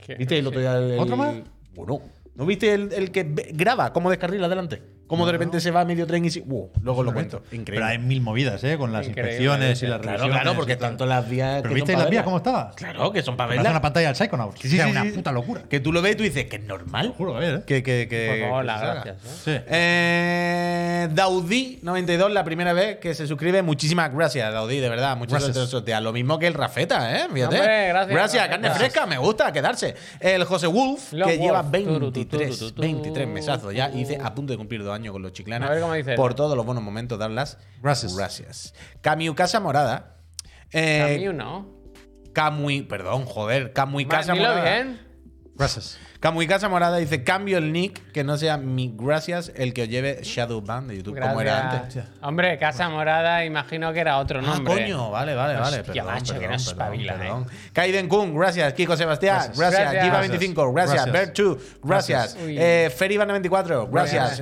S3: ¿Qué?
S2: ¿Viste el otro día el, el-
S1: ¿Otro más?
S2: Bueno. ¿No viste el, el que ve- graba cómo descarrila adelante? Cómo de repente se va a medio tren y si- ¡Wow! luego lo cuento.
S1: Pero hay
S2: Increíble.
S1: mil movidas, ¿eh? Con las
S3: Increíble,
S1: inspecciones y las
S2: claro,
S1: revisiones
S2: claro,
S1: y
S2: porque
S1: tal.
S2: tanto las vías.
S1: ¿Pero
S2: que
S1: viste
S2: son pa'
S1: las vías
S2: verlas.
S1: cómo estaba?
S2: Claro, que son para
S1: Parece una
S2: verlas.
S1: pantalla al Psychonauts.
S2: sí,
S1: era
S2: sí,
S1: una
S2: sí.
S1: puta locura.
S2: Que tú lo ves y tú dices que es normal.
S1: Juro, Javier, ¿eh?
S2: Que, que, que,
S3: Por favor,
S2: que
S3: las
S2: se haga.
S3: gracias, ¿eh?
S1: Sí.
S2: Eh, Daudí92, la primera vez que se suscribe. Muchísimas gracias, Daudí, de verdad. Muchas
S1: Gracias.
S2: gracias. sortea. Lo mismo que el Rafeta, ¿eh? Fíjate.
S3: Hombre, gracias, gracias.
S2: carne fresca, me gusta quedarse. El José Wolf,
S3: Love
S2: que lleva
S3: Wolf.
S2: 23,
S3: Turu, tu, tu, tu, tu.
S2: 23 mesazos ya. Hice a punto de cumplir dos años con los chiclanas.
S3: A ver cómo dice.
S2: Por todos los buenos momentos, darlas.
S1: Gracias.
S2: Gracias. Camiucasa Morada.
S3: A mí
S2: Eh,
S3: uno.
S2: Camui, perdón, joder, Camui
S3: Más,
S2: Casa
S3: dilo
S2: Morada.
S3: bien.
S1: Gracias.
S2: Camuicasa Morada dice: Cambio el nick, que no sea mi gracias el que os lleve Shadowban de YouTube, como era
S3: Gracias.
S2: antes.
S3: Hombre, Casa Morada, imagino que era otro
S2: Ah,
S3: nombre.
S2: coño, vale, vale, vale.
S3: Hostia,
S2: Perdón,
S3: macho, que
S2: perdón,
S3: no
S2: perdón,
S3: espabila,
S2: perdón. Kaiden Kun, gracias. Kiko Sebastián,
S1: Gracias.
S2: gracias.
S3: Gracias.
S2: Giva25, gracias.
S1: Gracias.
S2: Bertu, gracias.
S1: Gracias.
S3: Uy.
S2: Eh, Feribana24, gracias.
S3: Gracias.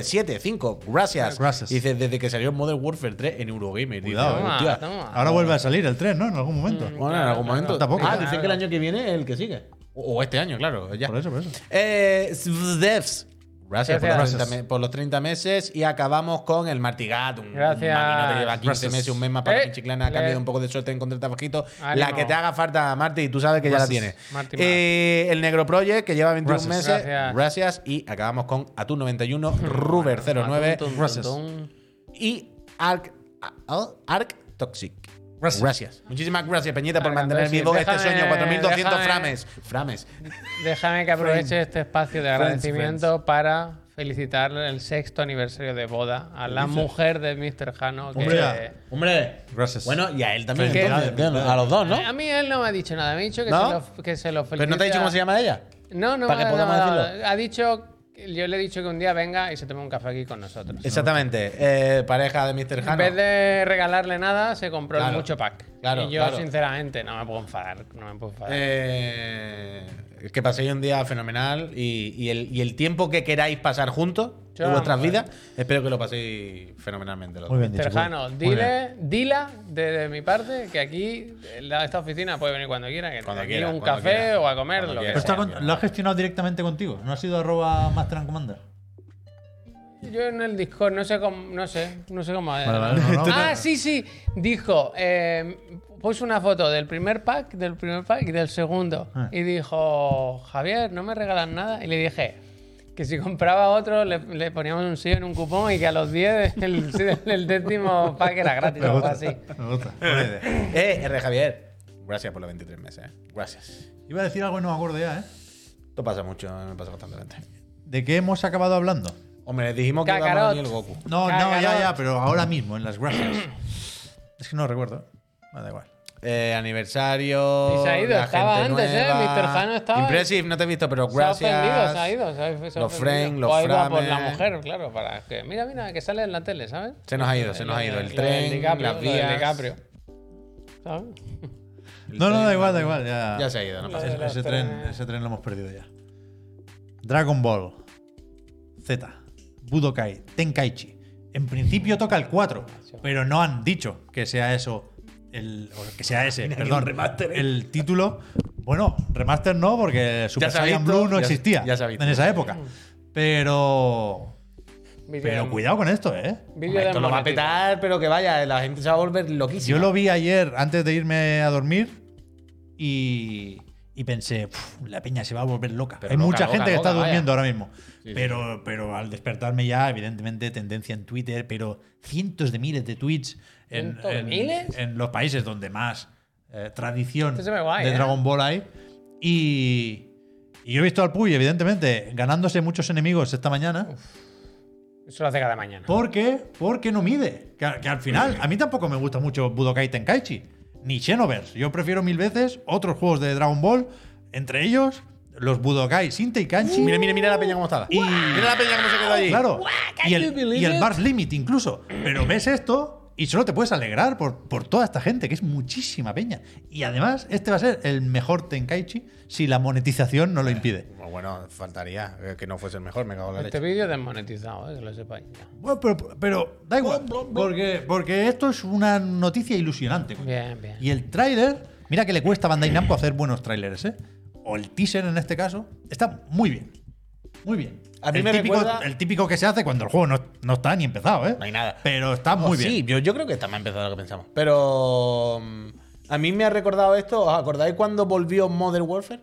S2: Melco975, gracias.
S1: Gracias.
S2: Dice: Desde que salió Modern Warfare 3 en Eurogamer. dice,
S1: Cuidado, eh.
S3: Toma,
S2: hostia.
S3: toma.
S1: Ahora vuelve a salir el tren, ¿no? En algún momento.
S2: Bueno, en algún momento.
S1: Tampoco.
S2: Ah, dicen que el año que viene es el que sigue. O, o este año, claro. Ya.
S1: Por eso, por eso.
S2: Eh, Svdevs. Gracias, por los,
S1: Gracias.
S2: 30, me- por los 30 meses y acabamos con el Martigat. Un
S3: Gracias.
S2: maquinote que lleva 15
S1: Gracias.
S2: meses, un mes más para
S3: Eh,
S2: que Chiclana ha
S3: le-
S2: cambiado un poco de suerte en encontrar trabajito. La
S3: Ánimo.
S2: que te haga falta, Marti, y tú sabes que ya la
S1: Gracias.
S2: tienes.
S3: Marti
S2: Eh, el Negro Project, que lleva 21
S1: Gracias.
S2: meses. Gracias.
S3: Gracias.
S2: Y acabamos con Atún91, Ruber09
S3: Tum, tum,
S1: Gracias.
S3: tum.
S2: y Arc, Al- Arc Toxic.
S1: Gracias.
S2: Muchísimas gracias, Peñita, por
S3: Arc
S2: mantener
S3: Toxic.
S2: vivo este
S3: Déjame-
S2: sueño. 4200
S3: déjame-
S2: frames. Frames.
S3: Déjame que aproveche
S1: Friends.
S3: este espacio de
S1: Friends,
S3: agradecimiento para felicitar el sexto aniversario de boda a la mujer de Mr. Jano. Que,
S1: Hombre, ya.
S2: Hombre.
S1: Gracias.
S2: Bueno, y a él también.
S1: Felicidades,
S2: entonces, claro,
S1: felicidades.
S2: Eh, a los dos, ¿no?
S3: A mí él no me ha dicho nada, me ha dicho que,
S2: ¿No?
S3: se, lo, que se lo felicita.
S2: Pero no te ha dicho cómo se llama ella.
S3: No, no
S2: para
S3: me
S2: que
S3: ha-
S2: podamos
S3: no me ha dado-
S2: decirlo.
S3: Ha dicho, yo le he dicho que un día venga y se tome un café aquí con nosotros.
S2: Exactamente. Eh, pareja de Mr.
S3: En
S2: Jano.
S3: vez de regalarle nada, se compró el
S2: Claro.
S3: mucho pack.
S2: Claro, Eh,
S3: y yo,
S2: claro.
S3: sinceramente, no me puedo enfadar. No me puedo enfadar.
S2: Eh, Es Que paséis un día fenomenal y, y el, y el tiempo que queráis pasar juntos
S3: Ya,
S2: en vuestras
S3: hombre.
S2: vidas, espero que lo paséis fenomenalmente. Los
S1: Muy
S2: dos.
S1: bien dicho.
S3: Terjano,
S1: Muy bien.
S3: dile, dila de, de mi parte que aquí, la- esta oficina puede venir cuando quiera, que
S2: Cuando
S3: aquí
S2: quiera,
S3: un
S2: cuando
S3: café
S2: quiera.
S3: o a comer,
S2: Cuando
S3: lo que
S2: quiera.
S1: Pero está
S3: sea.
S1: con- lo has gestionado directamente contigo. No ha sido arroba Master and Commander.
S3: Yo en el Discord no sé cómo, no sé, no sé cómo.
S1: Vale, vale, no, no,
S3: ah,
S1: no.
S3: sí, sí. Dijo, eh, puso una foto del primer pack, del primer pack y del segundo.
S1: Ah.
S3: Y dijo, Javier, no me regalas nada. Y le dije que si compraba otro le, le poníamos un sello en un cupón y que a los 10 el, el décimo pack era gratis o
S1: Me
S3: algo
S1: gusta.
S3: así.
S1: Me gusta. Buena idea.
S2: Eh, R. Javier, gracias por los 23 meses. eh. Gracias.
S1: Iba a decir algo y no me acuerdo ya, ¿eh?
S2: Esto pasa mucho, me pasa constantemente.
S1: ¿De qué hemos acabado hablando?
S2: Hombre, les dijimos que íbamos a
S3: Kakarot.
S2: venir el Goku.
S1: No, no,
S3: Cagarón.
S1: ya, ya, pero ahora mismo, en las gracias. es que no recuerdo. Me da igual.
S2: Eh, aniversario.
S3: Y se ha ido,
S2: la
S3: estaba
S2: gente
S3: antes, ¿eh?
S2: nueva.
S3: Mr. Jano estaba ahí.
S2: Impressive, no te he visto, pero
S3: Se ha
S2: gracias.
S3: ofendido, se ha ido. Se ha, se ha
S2: Los
S3: ofendido.
S2: Frank, los
S3: O ha ido a por la
S2: Frames.
S3: mujer, claro, para que. Mira, mira, que sale en la tele, ¿sabes?
S2: Se nos ha ido, se nos ha ido. El tren, las vías.
S3: De DiCaprio. ¿Sabes?
S2: El
S1: No, no,
S2: tren,
S1: da igual,
S2: la-
S1: da igual. Ya,
S2: Ya se ha ido, no pasa
S1: Ese-
S3: Lo de
S1: ese,
S3: los
S1: tren,
S3: trenes.
S1: ese tren lo hemos perdido ya. Dragon Ball Z, Budokai, Tenkaichi. En principio toca el 4, pero no han dicho que sea eso. El, o que sea ese, perdón,
S2: ¿eh?
S1: el título. Bueno, remaster no, porque Super
S2: se ha
S1: Saiyan
S2: visto,
S1: Blue no
S2: ya-
S1: existía
S2: ya se ha visto.
S1: en esa época. Pero.
S3: Video
S1: Pero
S3: de-
S1: cuidado con esto, ¿eh?
S3: video
S2: Hombre,
S3: de
S2: Esto lo va a
S3: monetiza.
S2: petar, pero que vaya, la gente se va a volver
S1: Yo
S2: loquísima.
S1: lo vi ayer antes de irme a dormir y, y pensé, "Puf, la peña se va a volver loca.
S2: Pero
S1: Hay
S2: loca,
S1: mucha
S2: loca,
S1: gente que está
S2: loca, vaya.
S1: durmiendo ahora mismo.
S2: sí.
S1: pero, pero al despertarme ya, evidentemente, tendencia en Twitter, pero cientos de miles de tweets en,
S3: ¿Cientos de
S1: en-
S3: miles?
S1: en los países donde más eh, tradición
S3: Esto se ve guay,
S1: de
S3: ¿eh?
S1: Dragon Ball hay. Y, y yo he visto al Puy, evidentemente, ganándose muchos enemigos esta mañana.
S3: Eso lo hace cada mañana.
S1: ¿Por qué? Porque no mide. Que, que al final, a mí tampoco me gusta mucho Budokai Tenkaichi, ni Xenoverse. Yo prefiero mil veces otros juegos de Dragon Ball, entre ellos los Budokai Sinte y Kanchi.
S2: Mira, mira, mira la peña cómo estaba.
S1: Y-
S2: Mira la peña cómo se quedó allí.
S1: Claro. Y
S3: you
S1: el,
S3: believe
S1: y el
S3: it?
S1: Mars Limit incluso. Pero ves esto y solo te puedes alegrar por, por toda esta gente, que es muchísima peña. Y además, este va a ser el mejor Tenkaichi si la monetización no lo impide.
S2: Bueno, Pues Bueno, faltaría eh, que no fuese el mejor, me cago en la
S3: Este
S2: leche.
S3: vídeo desmonetizado, eh, que lo sepáis. ya.
S1: Bueno, pero, pero da igual. Porque, porque esto es una noticia ilusionante. coño.
S3: Bien, bien.
S1: Y el tráiler, mira que le cuesta a Bandai Namco hacer buenos tráilers, ¿eh? O el teaser en este caso, está muy bien. Muy bien.
S2: A mí
S1: el,
S2: me
S1: típico,
S2: recuerda-
S1: el típico que se hace cuando el juego no, no está ni empezado, ¿eh?
S2: No hay nada.
S1: Pero está muy
S2: Oh,
S1: bien.
S2: Sí, yo, yo creo que está más empezado lo que pensamos. Pero mm, a mí me ha recordado esto. ¿Os acordáis cuando volvió Modern Warfare?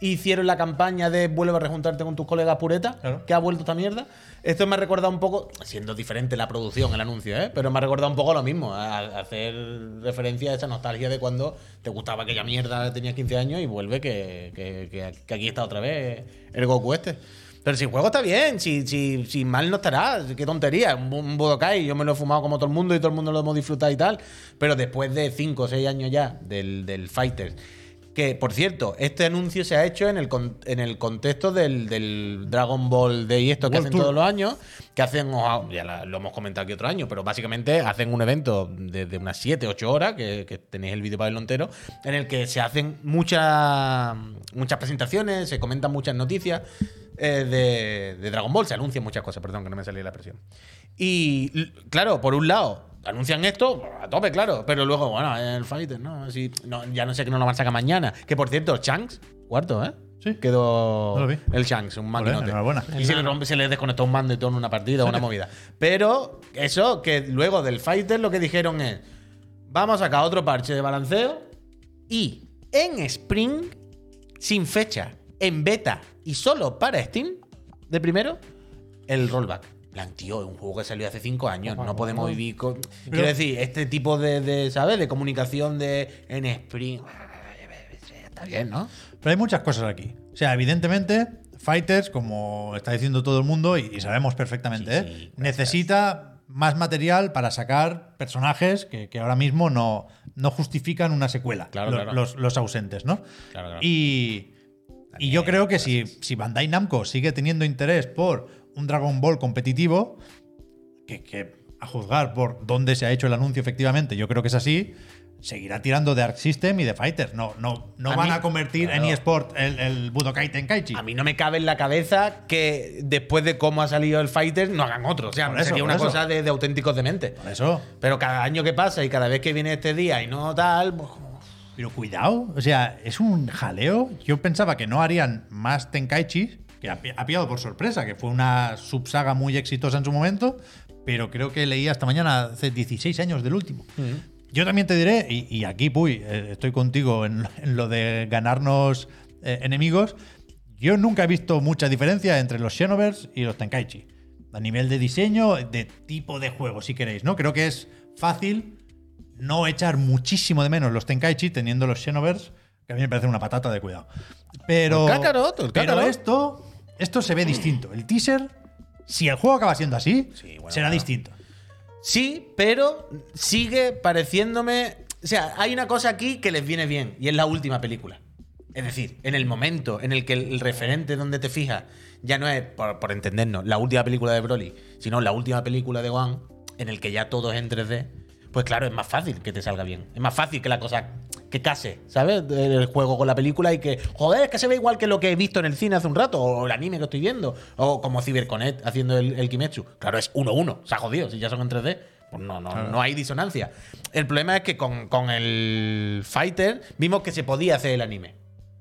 S2: Hicieron la campaña de vuelve a rejuntarte con tus colegas puretas,
S1: Claro.
S2: que ha vuelto esta mierda. Esto me ha recordado un poco, siendo diferente la producción, el anuncio, ¿eh? pero me ha recordado un poco lo mismo, a- a hacer referencia a esa nostalgia de cuando te gustaba aquella mierda, tenías 15 años y vuelve que, que- que- que aquí está otra vez el Goku este. Pero si el juego está bien, si, si, si mal no estará, qué tontería. Un, un Budokai, yo me lo he fumado como todo el mundo y todo el mundo lo hemos disfrutado y tal. Pero después de 5 o 6 años ya del, del Fighter, que por cierto, este anuncio se ha hecho en el, con- en el contexto del, del Dragon Ball Day, esto que
S1: World
S2: hacen
S1: Tour.
S2: todos los años, que hacen, o- ya la- lo hemos comentado aquí otro año, pero básicamente hacen un evento de, de unas 7, 8 horas, que, que tenéis el vídeo para verlo entero, en el que se hacen muchas muchas presentaciones, se comentan muchas noticias eh, de, de Dragon Ball, se anuncian muchas cosas, perdón, que no me salía la expresión. Y l- claro, por un lado, anuncian esto a tope, claro, pero luego, bueno, el Fighter, ¿no? Si- no, ya no sé que no lo van a sacar mañana. Que por cierto, Shanks, cuarto, ¿eh?
S1: Sí.
S2: Quedó
S1: No lo vi.
S2: el Shanks, un
S1: Ole,
S2: maquinote.
S1: enhorabuena.
S2: Y se le, rompe, se le desconectó un mando y todo en una partida, una movida. Pero eso, que luego del Fighter lo que dijeron es, vamos a sacar otro parche de balanceo y en Spring, sin fecha, en beta y solo para Steam, de primero, el rollback. En Plan, tío, es un juego que salió hace cinco años, no podemos vivir con... Quiero decir, este tipo de, de, ¿sabes? De comunicación de en Spring... Está bien, ¿no?
S1: Pero hay muchas cosas aquí. O sea, evidentemente, Fighters, como está diciendo todo el mundo, y, y sabemos perfectamente,
S2: Sí,
S1: ¿eh?
S2: sí, gracias.
S1: necesita más material para sacar personajes que, que ahora mismo no, no justifican una secuela.
S2: Claro,
S1: lo-
S2: claro.
S1: Los, los ausentes, ¿no?
S2: Claro, claro.
S1: Y, y yo creo que si, si Bandai Namco sigue teniendo interés por un Dragon Ball competitivo, que, que a juzgar por dónde se ha hecho el anuncio efectivamente, yo creo que es así, seguirá tirando de Arc System y de Fighters. No, no, no
S2: A
S1: van
S2: mí-
S1: a convertir en
S2: Claro.
S1: eSport el, el Budokai Tenkaichi.
S2: A mí no me cabe en la cabeza que después de cómo ha salido el Fighter no hagan otro. O sea,
S1: Por eso,
S2: sería
S1: por
S2: una
S1: eso.
S2: cosa de, de auténticos dementes.
S1: Por eso.
S2: Pero cada año que pasa y cada vez que viene este día y no tal, pues como-
S1: Pero cuidado, o sea, es un jaleo. Yo pensaba que no harían más Tenkaichis, que ha, pi- ha pillado por sorpresa, que fue una subsaga muy exitosa en su momento, pero creo que leí hasta mañana hace 16 años del último. Yo también te diré, y, y aquí, Puy, eh, estoy contigo en, en lo de ganarnos eh, enemigos. Yo nunca he visto mucha diferencia entre los Xenoverse y los Tenkaichi. A nivel de diseño, de tipo de juego, si queréis, ¿no? Creo que es fácil no echar muchísimo de menos los Tenkaichi teniendo los Xenoverse, que a mí me parece una patata de cuidado. Pero,
S2: El Kakarot, el
S1: pero
S2: Kakarot.
S1: esto, esto se ve distinto. El teaser, si el juego acaba siendo así,
S2: bueno,
S1: será
S2: claro.
S1: distinto.
S2: Sí, pero sigue pareciéndome. O sea, hay una cosa aquí que les viene bien y es la última película. Es decir, en el momento en el que el referente donde te fijas ya no es, por, por entendernos, la última película de Broly, sino la última película de One, en el que ya todo es en 3D, pues claro, es más fácil que te salga bien. Es más fácil que la cosa que case, ¿sabes? El juego con la película y que, joder, es que se ve igual que lo que he visto en el cine hace un rato, o el anime que estoy viendo, o como CyberConnect haciendo el, el Kimetsu. Claro, es 1-1, se ha jodido, si ya son en 3D. Pues no, no, no hay disonancia. El problema es que con, con el Fighter vimos que se podía hacer el anime.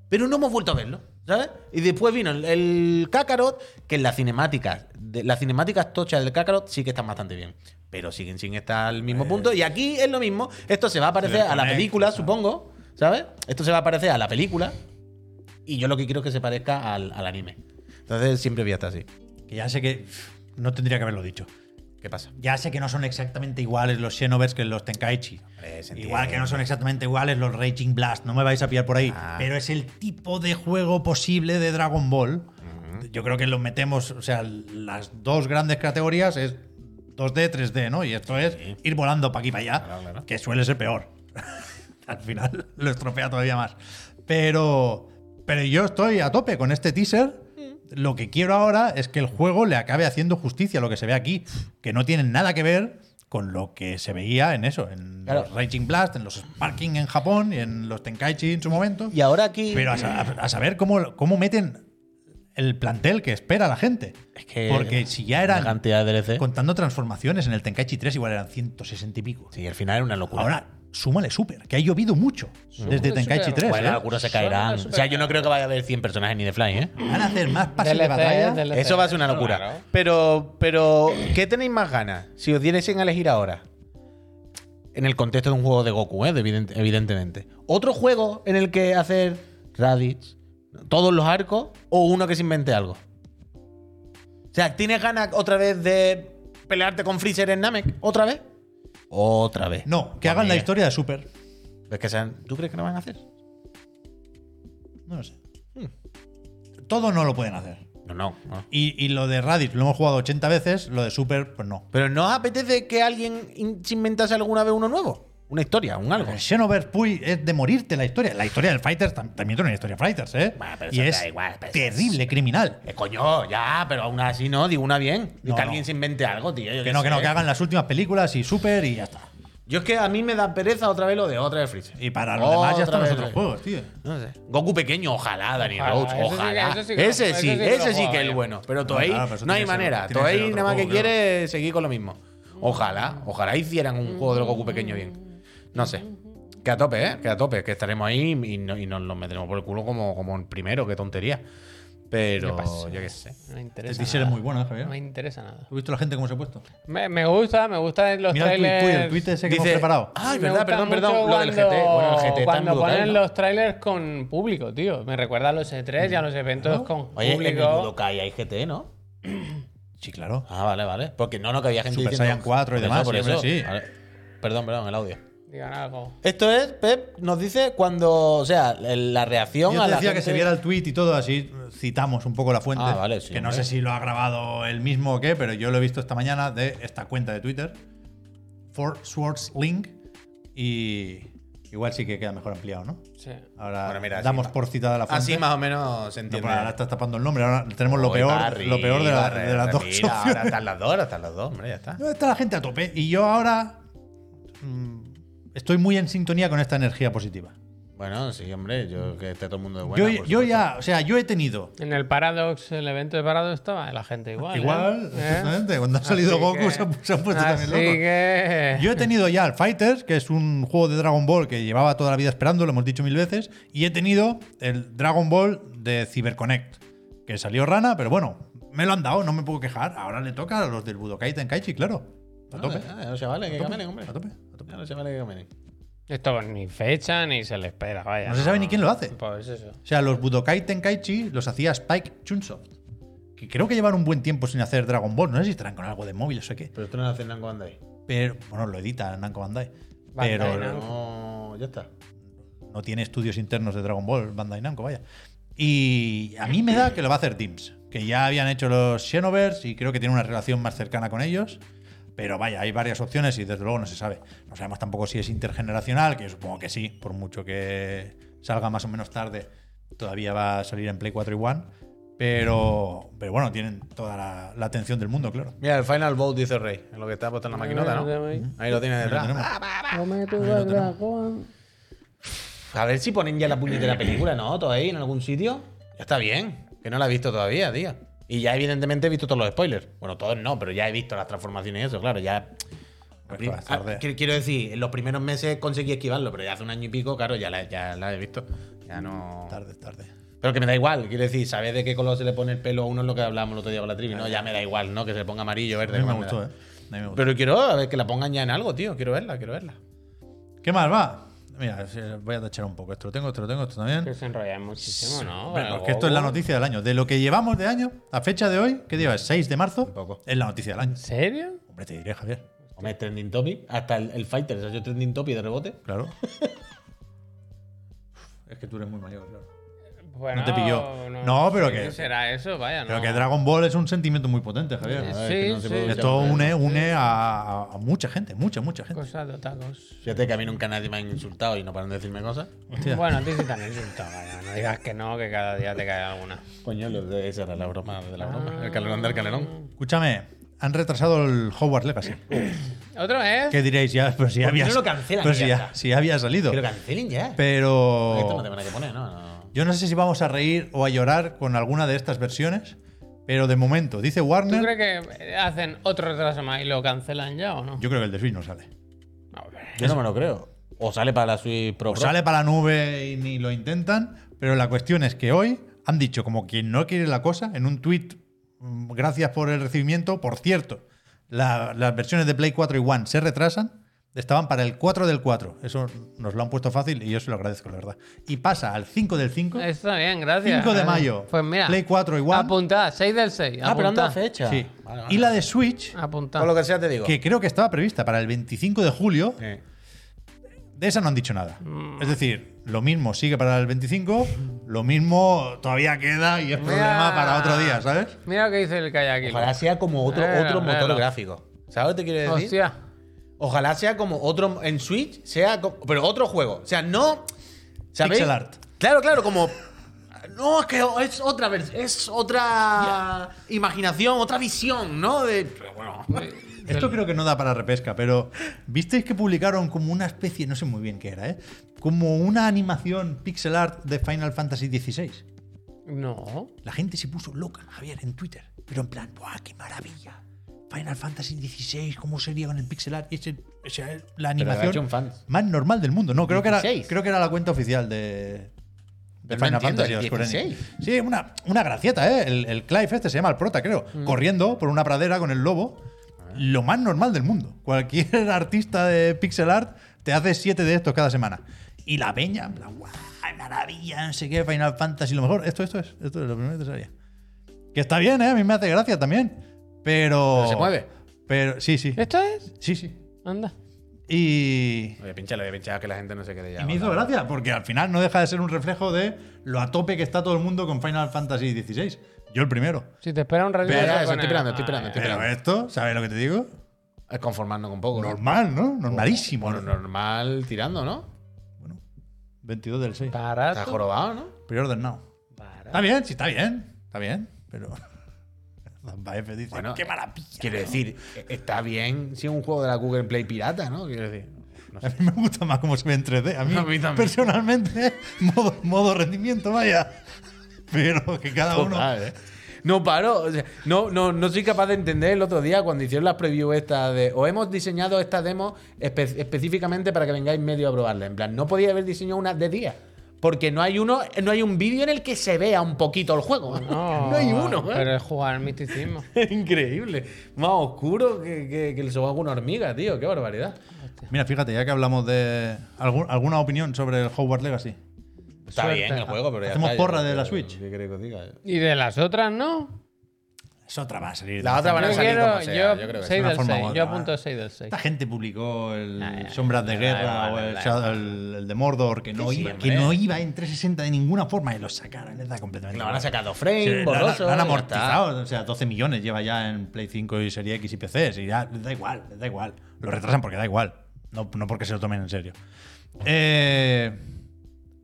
S2: Pero no hemos vuelto a verlo, ¿sabes? Y después vino el, el Kakarot, que en las cinemáticas, de- las cinemáticas tochas del Kakarot sí que están bastante bien. Pero siguen sin estar al mismo punto. Y aquí es lo mismo. Esto se va a parecer a la
S1: Connect,
S2: película,
S1: claro.
S2: supongo. ¿Sabes? Esto se va a parecer a la película. Y yo lo que quiero es que se parezca al, al anime. Entonces siempre voy a estar así.
S1: Que ya sé que no tendría que haberlo dicho.
S2: ¿Qué pasa?
S1: Ya sé que no son exactamente iguales los Xenoverse que los Tenkaichi.
S2: Hombre, se entiende.
S1: Igual que no son exactamente iguales los Raging Blast, no me vais a pillar por ahí.
S2: Ah.
S1: Pero es el tipo de juego posible de Dragon Ball. Yo creo que lo metemos, o sea, las dos grandes categorías es 2D, 3D, ¿no? Y esto es ir volando para aquí para allá,
S2: Claro, claro.
S1: que suele ser peor. Al final lo estropea todavía más. Pero, pero yo estoy a tope con este teaser. Lo que quiero ahora es que el juego le acabe haciendo justicia a lo que se ve aquí, que no tiene nada que ver con lo que se veía en eso, en
S2: Claro.
S1: los Raging Blast, en los Sparking en Japón y en los Tenkaichi en su momento.
S2: Y ahora aquí.
S1: Pero a, sa- a saber cómo, cómo meten el plantel que espera la gente.
S2: Es que- ¿eh?
S1: Porque si ya
S2: una
S1: eran
S2: cantidad de DLC.
S1: contando transformaciones en el Tenkaichi 3, igual eran 160 y pico.
S2: Sí, al final era una locura.
S1: Ahora, súmale Super, que ha llovido mucho desde
S3: Súmale
S1: Tenkaichi
S3: Super.
S1: 3.
S2: bueno,
S1: ¿eh?
S2: algunos se
S3: Son
S2: caerán.
S3: una
S2: O sea, yo no creo que vaya a haber 100 personajes ni de Fly, ¿eh?
S1: Van a hacer más pases de
S3: DLC,
S1: batalla.
S3: DLC.
S2: Eso va a ser una locura.
S3: Claro.
S2: Pero, pero, ¿qué tenéis más ganas? Si os diesen a elegir ahora. En el contexto de un juego de Goku, ¿eh? De evident- evidentemente. ¿Otro juego en el que hacer Raditz, todos los arcos, o uno que se invente algo? O sea, ¿tienes ganas otra vez de pelearte con Freezer en Namek? ¿Otra vez? Otra vez.
S1: No, que
S2: Pues
S1: hagan la
S2: mira,
S1: historia de Super.
S2: es que sean- ¿Tú crees que lo van a hacer?
S1: No lo sé.
S2: Hmm.
S1: Todo no lo pueden hacer.
S2: No, no. no.
S1: Y, y lo de Raditz lo hemos jugado 80 veces, lo de Super, pues no.
S2: Pero ¿no os apetece que alguien in- se inventase alguna vez uno nuevo? Una historia, un algo.
S1: El Xenoverse Puy es de morirte la historia. La historia del Fighters tam- también tiene una historia de Fighters, ¿eh?
S2: Bueno, pero
S1: y
S2: eso
S1: es
S2: da igual, pero eso es-
S1: terrible, criminal.
S2: Eh, coño, ya, pero aún así no, digo una bien. Y
S1: No,
S2: que
S1: no.
S2: alguien se invente algo, tío. yo
S1: Que
S2: qué
S1: no, que
S2: sé.
S1: no, que hagan las últimas películas y Super y ya está.
S2: Yo es que a mí me da pereza otra vez lo de otra de Freezer.
S1: Y para los demás ya
S2: Otra
S1: están los
S2: vez.
S1: otros juegos, tío.
S2: No sé. Goku pequeño, ojalá, Danny
S3: Ojalá,
S2: Roach,
S3: ese sí que-
S2: ojalá.
S3: ese sí que-
S2: Ese sí,
S3: ese sí que
S2: ese
S3: lo
S2: sí
S3: juego,
S2: que es el
S3: yo.
S2: bueno. Pero
S1: Pero
S2: Toei,
S1: claro, pero eso tiene
S2: no hay
S1: que ser- tiene
S2: manera.
S1: que ser
S2: Toei
S1: otro
S2: nada más que
S1: juego, claro.
S2: quiere seguir con lo mismo. Ojalá, ojalá hicieran un juego del Goku pequeño bien. No sé. Que a tope, ¿eh? Que a tope, que estaremos ahí y, no- y nos lo meteremos por el culo como, como el primero, qué tontería. Pero
S3: pasa?
S2: yo qué sé.
S3: No me
S1: El
S3: interesa.
S1: teaser
S3: nada.
S1: es muy bueno, ¿eh,
S3: No me
S1: Javier.
S3: interesa nada.
S1: ¿Has visto la gente cómo se ha puesto?
S3: Me, me gusta, me gustan los
S1: Mira el tweet,
S3: trailers.
S1: Puy, el tweet ese que hemos preparado.
S2: Ay,
S3: Me
S2: verdad,
S3: gusta
S2: perdón,
S3: mucho
S2: perdón. Lo del GT.
S3: cuando-
S2: Bueno, el GT está en
S3: Cuando
S2: Budokai,
S3: ponen
S2: ¿no?
S3: los trailers con público, tío. Me recuerda a los E3 y a los eventos con
S2: Oye, en el
S3: público.
S2: Budokai hay GT, ¿no?
S1: Sí, claro.
S2: Ah, vale, vale. Porque no, no, que había gente
S1: Super
S2: diciendo-
S1: Saiyan 4 y
S2: Por eso,
S1: demás,
S2: por
S1: sí, hombre,
S2: eso.
S1: sí.
S2: Vale. Perdón, perdón, el audio.
S3: Digan algo.
S2: Esto es, Pep nos dice cuando, o sea, el- la reacción
S1: Yo
S2: a
S1: te
S2: la
S1: decía que
S2: gente-
S1: se viera el tweet y todo, así citamos un poco la fuente.
S2: Ah, vale, sí,
S1: que no
S2: hombre.
S1: sé si lo ha grabado el mismo o qué, pero yo lo he visto esta mañana de esta cuenta de Twitter. For Swords Link. Y igual sí que queda mejor ampliado, ¿no?
S3: Sí.
S1: Ahora
S2: Bueno, mira, así
S1: damos
S2: ma-
S1: por citada la fuente.
S2: Así más o menos se
S1: No,
S2: entiende.
S1: pero ahora estás tapando el nombre. Ahora tenemos lo
S2: Oy,
S1: peor,
S2: Barry,
S1: lo peor de, la-
S2: Barry,
S1: de las dos
S2: mira,
S1: opciones.
S2: ahora están las dos, ahora están las dos, hombre, ya está.
S1: No, Está la gente a tope. Y yo ahora mm, Estoy muy en sintonía con esta energía positiva.
S2: Bueno, sí, hombre, yo que esté todo el mundo de
S1: Yo,
S2: buena. por
S1: yo
S2: supuesto.
S1: ya, o sea, yo he tenido.
S3: En el Paradox, el evento de Paradox estaba la gente igual. ¿eh?
S1: Igual,
S3: ¿Eh?
S1: exactamente, cuando ha salido
S3: Así
S1: Goku
S3: que-
S1: se, han- se han puesto
S3: así
S1: también locos.
S3: que-
S1: Yo he tenido ya el Fighters, que es un juego de Dragon Ball que llevaba toda la vida esperando, lo hemos dicho mil veces, y he tenido el Dragon Ball de CyberConnect, que salió rana, pero bueno, me lo han dado, no me puedo quejar. Ahora le toca a los del Budokai Tenkaichi, claro. A tope.
S2: Ah, a los chavales que
S1: a tope,
S2: caminen, hombre.
S1: a tope, a tope.
S2: A los chavales que caminen.
S3: Esto ni fecha ni se le espera, vaya.
S1: No se sabe ni quién lo hace.
S3: Pues eso.
S1: O sea, los Budokai Tenkaichi los hacía Spike Chunsoft, que creo que llevan un buen tiempo sin hacer Dragon Ball, no sé si estarán con algo de móvil o sé qué.
S2: Pero esto no lo hacen cuando ahí.
S1: Pero, bueno, lo edita Namco Bandai.
S3: Bandai
S1: pero
S3: Namco.
S2: No, ya está.
S1: no tiene estudios internos de Dragon Ball, Bandai Namco, vaya. Y a mí me da que lo va a hacer Teams, que ya habían hecho los Xenoverse y creo que tiene una relación más cercana con ellos. Pero vaya, hay varias opciones y desde luego no se sabe. No sabemos tampoco si es intergeneracional, que yo supongo que sí, por mucho que salga más o menos tarde, todavía va a salir en Play 4 y One. Pero, pero bueno, tienen toda la, la atención del mundo, claro.
S2: Mira, el Final Boat dice el Rey, en lo que está puesto en la maquinota, ¿no? Ahí
S1: Ahí lo
S2: lo tienes detrás.
S1: tenemos.
S2: Ah, bah, bah.
S3: Come tu
S1: lo tenemos.
S3: dragón.
S2: Ah, A ver si ponen ya la puñetera película, ¿no? Todo ahí, en algún sitio. Ya está bien. Que no la he visto todavía, tío. Y ya, evidentemente, he visto todos los spoilers. Bueno, todos no, pero ya he visto las transformaciones y eso, claro. Ya.
S1: Pues todas
S2: Ah,
S1: tarde.
S2: qui- quiero decir, en los primeros meses conseguí esquivarlo, pero ya hace un año y pico, claro, ya la, ya la he visto. Ya no.
S1: Tarde, tarde.
S2: Pero que me da igual, quiero decir, sabes de qué color se le pone el pelo a uno es lo que hablábamos el otro día con la trivi, ¿no? Ya me da igual, ¿no? Que se le ponga amarillo,
S1: A
S2: verde.
S1: mí me
S2: igual me da.
S1: gustó, ¿eh? A mí me gustó.
S2: Pero quiero a ver, que la pongan ya en algo, tío. Quiero verla, quiero verla.
S1: ¿Qué más va? Mira, eh, voy a tachar un poco. Esto lo tengo, esto lo tengo, esto también.
S3: Que se enrollan muchísimo, ¿no?
S1: Bueno,
S3: Con el
S1: porque esto es la
S3: Goku.
S1: noticia del año. De lo que llevamos de año, a fecha de hoy, ¿qué día es? 6 de marzo,
S2: poco.
S1: es la noticia del año.
S3: ¿En serio?
S1: Hombre, te diré, Javier.
S2: Hombre, es trending topic. Hasta el, el Fighter se ha hecho trending topic de rebote.
S1: Claro. es que tú eres muy mayor, claro.
S3: Bueno,
S1: te pilló. No, pero
S3: sé
S1: que-
S3: qué será eso? Vaya, no.
S1: Pero que Dragon Ball es un sentimiento muy potente, Javier.
S3: Sí,
S2: A ver, que no se
S3: sí,
S2: puede
S3: sí.
S2: luchar.
S1: Esto une, une a, a- a mucha gente, mucha, mucha gente.
S3: Cosas de
S1: e-
S3: tacos.
S2: Fíjate que a mí nunca nadie me ha insultado y no paran de decirme cosas.
S1: Hostia.
S3: Bueno, a ti sí te han insultado, vaya. No digas que no, que cada día te cae alguna.
S2: Coño, lo de- esa era la broma de la broma.
S3: Ah.
S2: El calorón del calorón.
S1: Escúchame, han retrasado el Hogwarts Legacy.
S3: ¿Otra vez?
S1: ¿Qué diréis? Ya, pero si ya
S2: ¿Por qué
S1: había,
S2: no lo cancelan
S1: pero
S2: y
S1: si
S2: ya
S1: ya-
S2: está?
S1: si ya había salido.
S2: Pero cancelen ya.
S1: Pero.
S2: Esto no te van a que poner, ¿no? no.
S1: Yo no sé si vamos a reír o a llorar con alguna de estas versiones, pero de momento, dice
S3: ¿Tú
S1: Warner.
S3: crees que hacen otro retraso más y lo cancelan ya o no?
S1: Yo creo que el de Switch no sale.
S3: A ver.
S2: Yo no me lo creo. O sale para la Switch Pro.
S1: O sale para la nube y ni lo intentan, pero la cuestión es que hoy han dicho, como quien no quiere la cosa, en un tweet, gracias por el recibimiento, por cierto, la- las versiones de Play 4 y One se retrasan, estaban para el 4 del 4, eso nos lo han puesto fácil y yo se lo agradezco, la verdad. Y pasa al 5 del 5,
S3: Está bien, gracias.
S1: 5 de
S3: Ah,
S1: mayo,
S3: Pues mira.
S1: Play 4 y One.
S3: Apuntad, 6 del 6.
S2: Ah, pero anda
S3: apuntad.
S2: fecha.
S1: sí.
S2: Vale, vale.
S1: Y la de Switch,
S3: Apuntad.
S2: Por lo que sea te digo.
S1: que creo que estaba prevista para el 25 de julio,
S2: Eh.
S1: de esa no han dicho nada.
S2: Mm.
S1: Es decir, lo mismo sigue para el 25, lo mismo todavía queda y es problema
S3: Mira.
S1: para otro día, ¿sabes?
S3: Mira lo que dice el kayak.
S2: Ojalá sea como otro,
S3: Eh,
S2: otro motor
S3: velo.
S2: gráfico. ¿Sabes lo que te quiero decir?
S3: Hostia.
S2: Ojalá sea como otro en Switch, sea como- pero otro juego. O sea, no. ¿sabéis?
S1: Pixel art.
S2: Claro, claro, como. No, es que es otra vers- es otra imaginación, otra visión, ¿no? De, pero bueno.
S1: Esto creo que no da para repesca, pero ¿visteis que publicaron como una especie, no sé muy bien qué era, ¿eh? Como una animación pixel art de Final Fantasy XVI?
S3: No.
S1: La gente se puso loca, Javier, en Twitter. Pero en plan, ¡buah, qué maravilla! Final Fantasy XVI, ¿cómo sería con el pixel art? Y ese- o sea, es la
S2: Pero la ha hecho
S1: animación
S2: un fans.
S1: más normal del mundo. No, creo que, era,
S2: 16.
S1: creo que era la cuenta oficial de, de
S2: Pero no
S1: Final
S2: entiendo,
S1: Fantasy
S2: el
S1: Square Enix.
S2: 16.
S1: Sí, una, una gracieta, ¿eh? El, el Clive este se llama el prota, creo. Corriendo por una pradera con el lobo. Lo más normal del mundo. Cualquier artista de pixel art te hace siete de estos cada semana. Y la peña, en plan, guau, maravilla, no sé qué, Final Fantasy, lo mejor. Esto, esto es, esto es lo primero que te salía. Que está bien, ¿eh? A mí me hace gracia también. Pero.
S2: Pero se mueve.
S1: Pero, sí, sí.
S3: ¿Esto es?
S1: Sí, sí.
S3: Anda.
S1: Y.
S2: Voy a pinchar, voy a pinchar que la gente no se quede ya.
S1: Y me hizo gracia, porque al final no deja de ser un reflejo de lo a tope que está todo el mundo con Final Fantasy XVI. Yo el primero.
S3: Si te espera un ratito.
S2: Pero,
S3: te
S2: eso,
S3: pones-
S2: estoy esperando, estoy
S3: Ah,
S2: esperando, estoy
S1: Pero esto, ¿sabes lo que te digo?
S2: Es conformarnos con poco. ¿no?
S1: Normal, ¿no? Normalísimo.
S2: Bueno, normal tirando, ¿no?
S1: 22 del 6.
S2: Está
S3: Barato.
S2: jorobado, ¿no?
S1: Preorder now.
S3: Barato.
S1: Está bien, sí, está bien. Está bien, pero. Zamba F dice:
S2: Bueno,
S1: ¡Qué maravilla!
S2: E-, Quiero decir, está bien si es un juego de la Google Play pirata, ¿no? Quiero decir. no
S1: A
S2: sé.
S1: mí me gusta más cómo se ve en 3D. A mí,
S2: A mí también.
S1: personalmente, modo, modo rendimiento, vaya. Pero que cada uno.
S2: Total, ¿eh? No paro, o sea, no, no, no soy capaz de entender el otro día cuando hicieron las previews estas de. O hemos diseñado esta demo espe- específicamente para que vengáis medio a probarla. En plan, no podía haber diseñado una de día. Porque no hay uno, no hay un vídeo en el que se vea un poquito el juego. No, hay uno, ¿eh?
S3: Pero es jugar al misticismo.
S2: Increíble. Más oscuro que, que, que el sobaco de una hormiga, tío. Qué barbaridad.
S1: Mira, fíjate, ya que hablamos de. algún- ¿Alguna opinión sobre el Hogwarts Legacy?
S2: Está
S3: Suerte.
S2: bien el juego, pero ya
S1: Hacemos
S2: está, yo
S1: porra
S2: creo
S1: de la
S2: que-
S1: Switch.
S2: ¿qué queréis que os diga? De
S3: Y de las otras, ¿no?
S1: Es otra va a salir.
S2: La otra van a
S3: Yo
S2: salir
S3: quiero.
S2: como sea,
S3: yo
S2: yo creo que
S1: sí.
S3: 6
S1: Una
S3: del
S1: forma
S3: 6.
S1: u otra,
S3: Yo
S1: ¿eh?
S3: apunto 6 del 6.
S1: Esta gente publicó el
S3: Ah, ya.
S1: Sombras de
S3: Da
S1: Guerra
S3: igual,
S1: o el,
S3: da
S1: Shadow- el- el de Mordor, que no,
S2: Sí,
S1: iba,
S2: hombre.
S1: que no iba en 360 de ninguna forma y lo sacaron. Les da completamente.
S2: La van a
S1: igual.
S2: sacar dos
S1: Sí,
S2: frames,
S1: lo han-
S2: borroso.
S1: lo han
S2: ya está.
S1: amortizado, o sea, 12 millones lleva ya en Play 5 y Serie X y PCs. Y ya, les da igual, les da igual. Lo retrasan porque da igual, no, no porque se lo tomen en serio. Eh,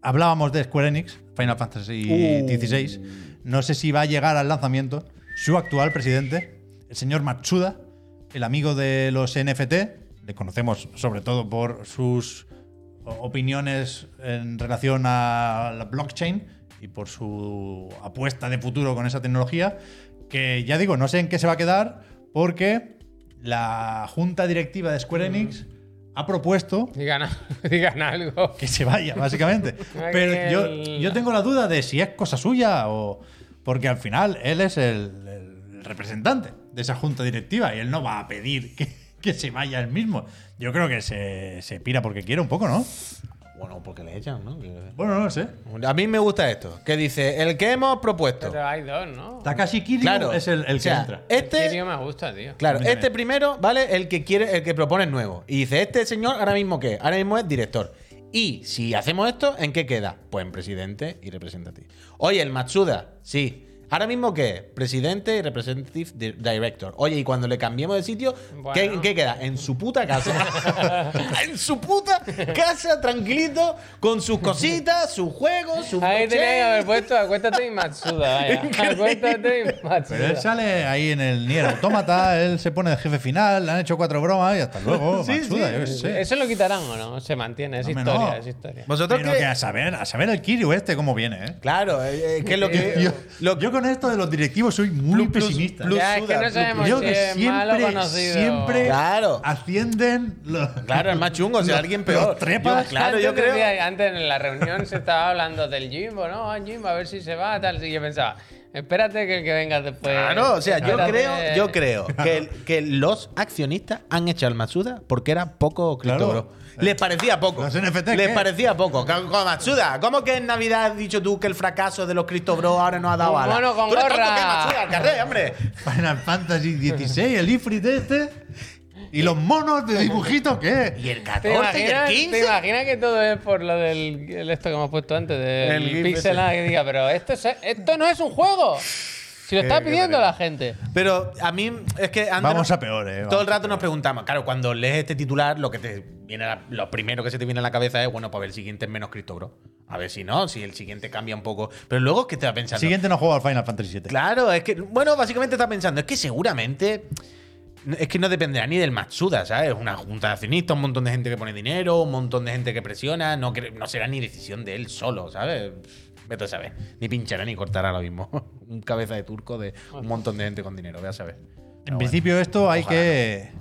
S1: hablábamos de Square Enix, Final Fantasy XVI. No sé si va a llegar al lanzamiento su actual presidente, el señor Matsuda, el amigo de los NFT. Le conocemos sobre todo por sus o- opiniones en relación a la blockchain y por su apuesta de futuro con esa tecnología, que ya digo, no sé en qué se va a quedar porque la junta directiva de Square Enix ha propuesto
S3: Digan, digan algo.
S1: que se vaya, básicamente. Pero yo, yo tengo la duda de si es cosa suya o... Porque al final él es el, el representante de esa junta directiva y él no va a pedir que, que se vaya él mismo. Yo creo que se, se pira porque quiere un poco, ¿no?
S2: Bueno, porque le echan, ¿no? Que-
S1: Bueno, no lo sé.
S2: A mí me gusta esto, que dice, el que hemos propuesto.
S3: Pero hay dos, ¿no?
S1: Takashi Kiryu
S2: claro,
S1: es el, el
S2: o sea,
S1: que entra.
S3: Este
S2: Este,
S3: tío me gusta, tío.
S2: claro,
S1: A mí también.
S2: este primero, ¿vale? El que quiere, el que propone es nuevo. Y dice, este señor ahora mismo qué? Ahora mismo es director. Y si hacemos esto, ¿en qué queda? Pues en presidente y representativo. Oye, el Matsuda, sí. Ahora mismo qué? Presidente y representative di- director. Oye, y cuando le cambiemos de sitio, ¿qué,
S3: Bueno.
S2: ¿en qué queda? En su puta casa. en su puta casa, tranquilito, con sus cositas, sus juegos, sus
S3: Ahí
S1: este
S3: tenía que
S2: blockchain.
S3: haber puesto Acuéstate y Matsuda, vaya. Acuéstate y
S1: Pero él
S3: Matsuda.
S1: sale ahí en el Nier Automata, él se pone de jefe final, le han hecho cuatro bromas y hasta luego.
S2: Sí,
S1: Matsuda,
S2: sí,
S1: yo qué sé.
S3: ¿Eso lo quitarán o no? Se mantiene, es
S1: Hombre,
S3: historia,
S1: no.
S3: es historia.
S2: ¿Vosotros
S1: Pero
S2: qué-
S1: que a saber, a saber el Kiryu este cómo viene, ¿eh?
S2: Claro, eh, eh, que es lo que.
S1: Yo,
S2: lo-
S1: yo con esto de los directivos soy muy
S2: Plus, plus,
S1: pesimista.
S2: plus.
S3: ya, es que
S2: Suda,
S3: no sabemos
S1: Yo
S3: si
S1: que
S3: es malo o
S1: siempre,
S3: conocido.
S1: siempre
S2: Claro.
S1: ascienden los,
S2: Claro, el más chungo, o sea, alguien
S1: los
S2: peor.
S1: trepas.
S2: Yo, claro, yo
S3: Antes
S2: creo.
S3: decía- eh, antes en la reunión se estaba hablando del Jimbo, ¿no? Ah, Jimbo, a ver si se va, tal. Y yo pensaba, espérate que el que venga después.
S2: Claro, o sea, yo
S3: Espérate.
S2: creo, yo creo que, el- que los accionistas han echado al Matsuda porque era poco cripto,
S1: Claro.
S2: bro. Les parecía poco.
S1: Los NFT,
S2: Les
S1: ¿qué?
S2: parecía poco. Como Matsuda, ¿cómo que en Navidad has dicho tú que el fracaso de los cripto, bro, ahora no ha dado
S3: Un
S2: alas?
S3: mono con
S2: ¿Tú eres tonto
S3: gorra.
S2: que Matsuda? Al carré, hombre.
S1: Final Fantasy XVI, el Ifrit este. Y los monos de dibujitos, ¿qué?
S2: Y el
S3: ¿Te
S2: 14 y el
S3: imaginas, te
S2: 15.
S3: imaginas que todo es por lo del el esto que hemos puesto antes,
S2: El
S3: del
S2: GIF
S3: pixel
S2: ese.
S3: art, que diga, pero esto, es- esto no es un juego? Si lo está
S2: qué
S3: pidiendo la gente.
S2: Pero a mí es que antes
S1: Vamos
S2: nos-
S1: a peor, eh,
S2: Todo
S1: vamos
S2: el rato nos preguntamos, claro, cuando lees este titular, lo que te viene a la- lo primero que se te viene a la cabeza es, bueno, pues a ver, el siguiente es menos Cristo, bro. A ver si no, si el siguiente cambia un poco. Pero luego es que te va pensando.
S1: Siguiente no juego al Final Fantasy VII.
S2: Claro, es que, bueno, básicamente está pensando, es que seguramente es que no dependerá ni del Matsuda, ¿sabes? Una junta de accionistas, un montón de gente que pone dinero, un montón de gente que presiona, no, cre- no será ni decisión de él solo, ¿sabes? Vete a saber. Ni pinchará ni cortará ahora mismo. un cabeza de turco de un montón de gente con dinero, ve a saber.
S1: En
S2: Pero bueno.
S1: principio esto hay
S2: Ojalá
S1: que,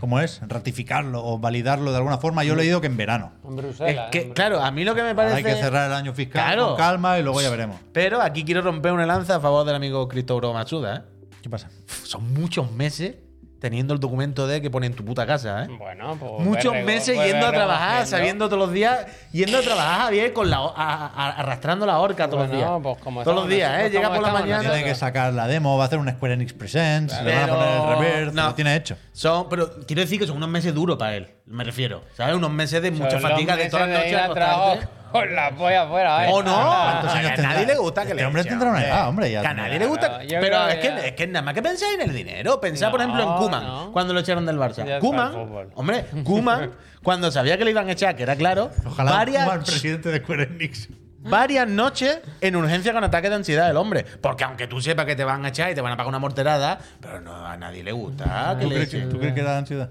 S1: ¿cómo es? Ratificarlo o validarlo de alguna forma. Yo he leído que en verano.
S3: En Bruselas.
S2: Es que,
S3: en Bruselas.
S2: claro, a mí lo que me
S1: Ahora
S2: parece.
S1: hay que cerrar el año fiscal
S2: Claro.
S1: con calma y luego ya veremos.
S2: Pero aquí quiero romper una lanza a favor del amigo Cristóbal Matsuda, ¿eh?
S1: ¿Qué pasa?
S2: Pff, Son muchos meses teniendo el documento de que pone en tu puta casa, ¿eh?
S3: Bueno, pues,
S2: Muchos
S3: verrego-
S2: meses
S3: pues,
S2: yendo a
S3: verrego
S2: trabajar,
S3: haciendo.
S2: sabiendo todos los días, yendo a trabajar, Javier, con la, o- a- a- arrastrando la horca todos los
S3: Bueno,
S2: días.
S3: pues como
S2: todos los
S3: estamos
S2: días, ¿eh?
S3: nosotros,
S2: Llega
S3: como
S2: por la
S3: estamos
S2: mañana.
S1: Tiene que sacar la demo, va a hacer un Square Enix Presents, le van a
S2: Pero-
S1: poner el reverse,
S2: no.
S1: lo tiene hecho.
S2: Son, pero quiero decir que son unos meses duros para él, me refiero. ¿Sabes? Unos meses de
S3: Son
S2: mucha
S3: los
S2: fatiga, de
S3: meses
S2: todas las
S3: ir
S2: noches
S3: a trabajar
S2: acostarte.
S3: Con la polla afuera, ¿eh?
S2: ¿O no?
S1: ¿Cuántos años
S2: a
S1: tendrá?
S2: nadie le gusta que
S1: Este
S2: le
S1: hombre
S2: echen,
S1: tendrá una edad, hombre, ya
S2: Que a
S1: tendrá.
S2: nadie le gusta.
S3: Claro, yo
S2: pero
S3: creo
S2: es
S3: que ya-
S2: que, es que nada más que pensáis en el dinero. Pensad, por
S3: No,
S2: ejemplo, en Kuman,
S3: no.
S2: cuando lo echaron del Barça.
S3: Ya está el
S2: Kuman,
S3: fútbol.
S2: hombre, Kuman, cuando sabía que le iban a echar, que era claro,
S1: Ojalá
S2: varias,
S1: coma el presidente de Square Enix.
S2: varias noches en urgencia con ataque de ansiedad del hombre. Porque aunque tú sepas que te van a echar y te van a pagar una morterada, pero no, a nadie le gusta. que
S1: ¿Tú
S2: le
S3: Ah,
S1: crees, que-
S2: echen.
S1: tú crees que da ansiedad?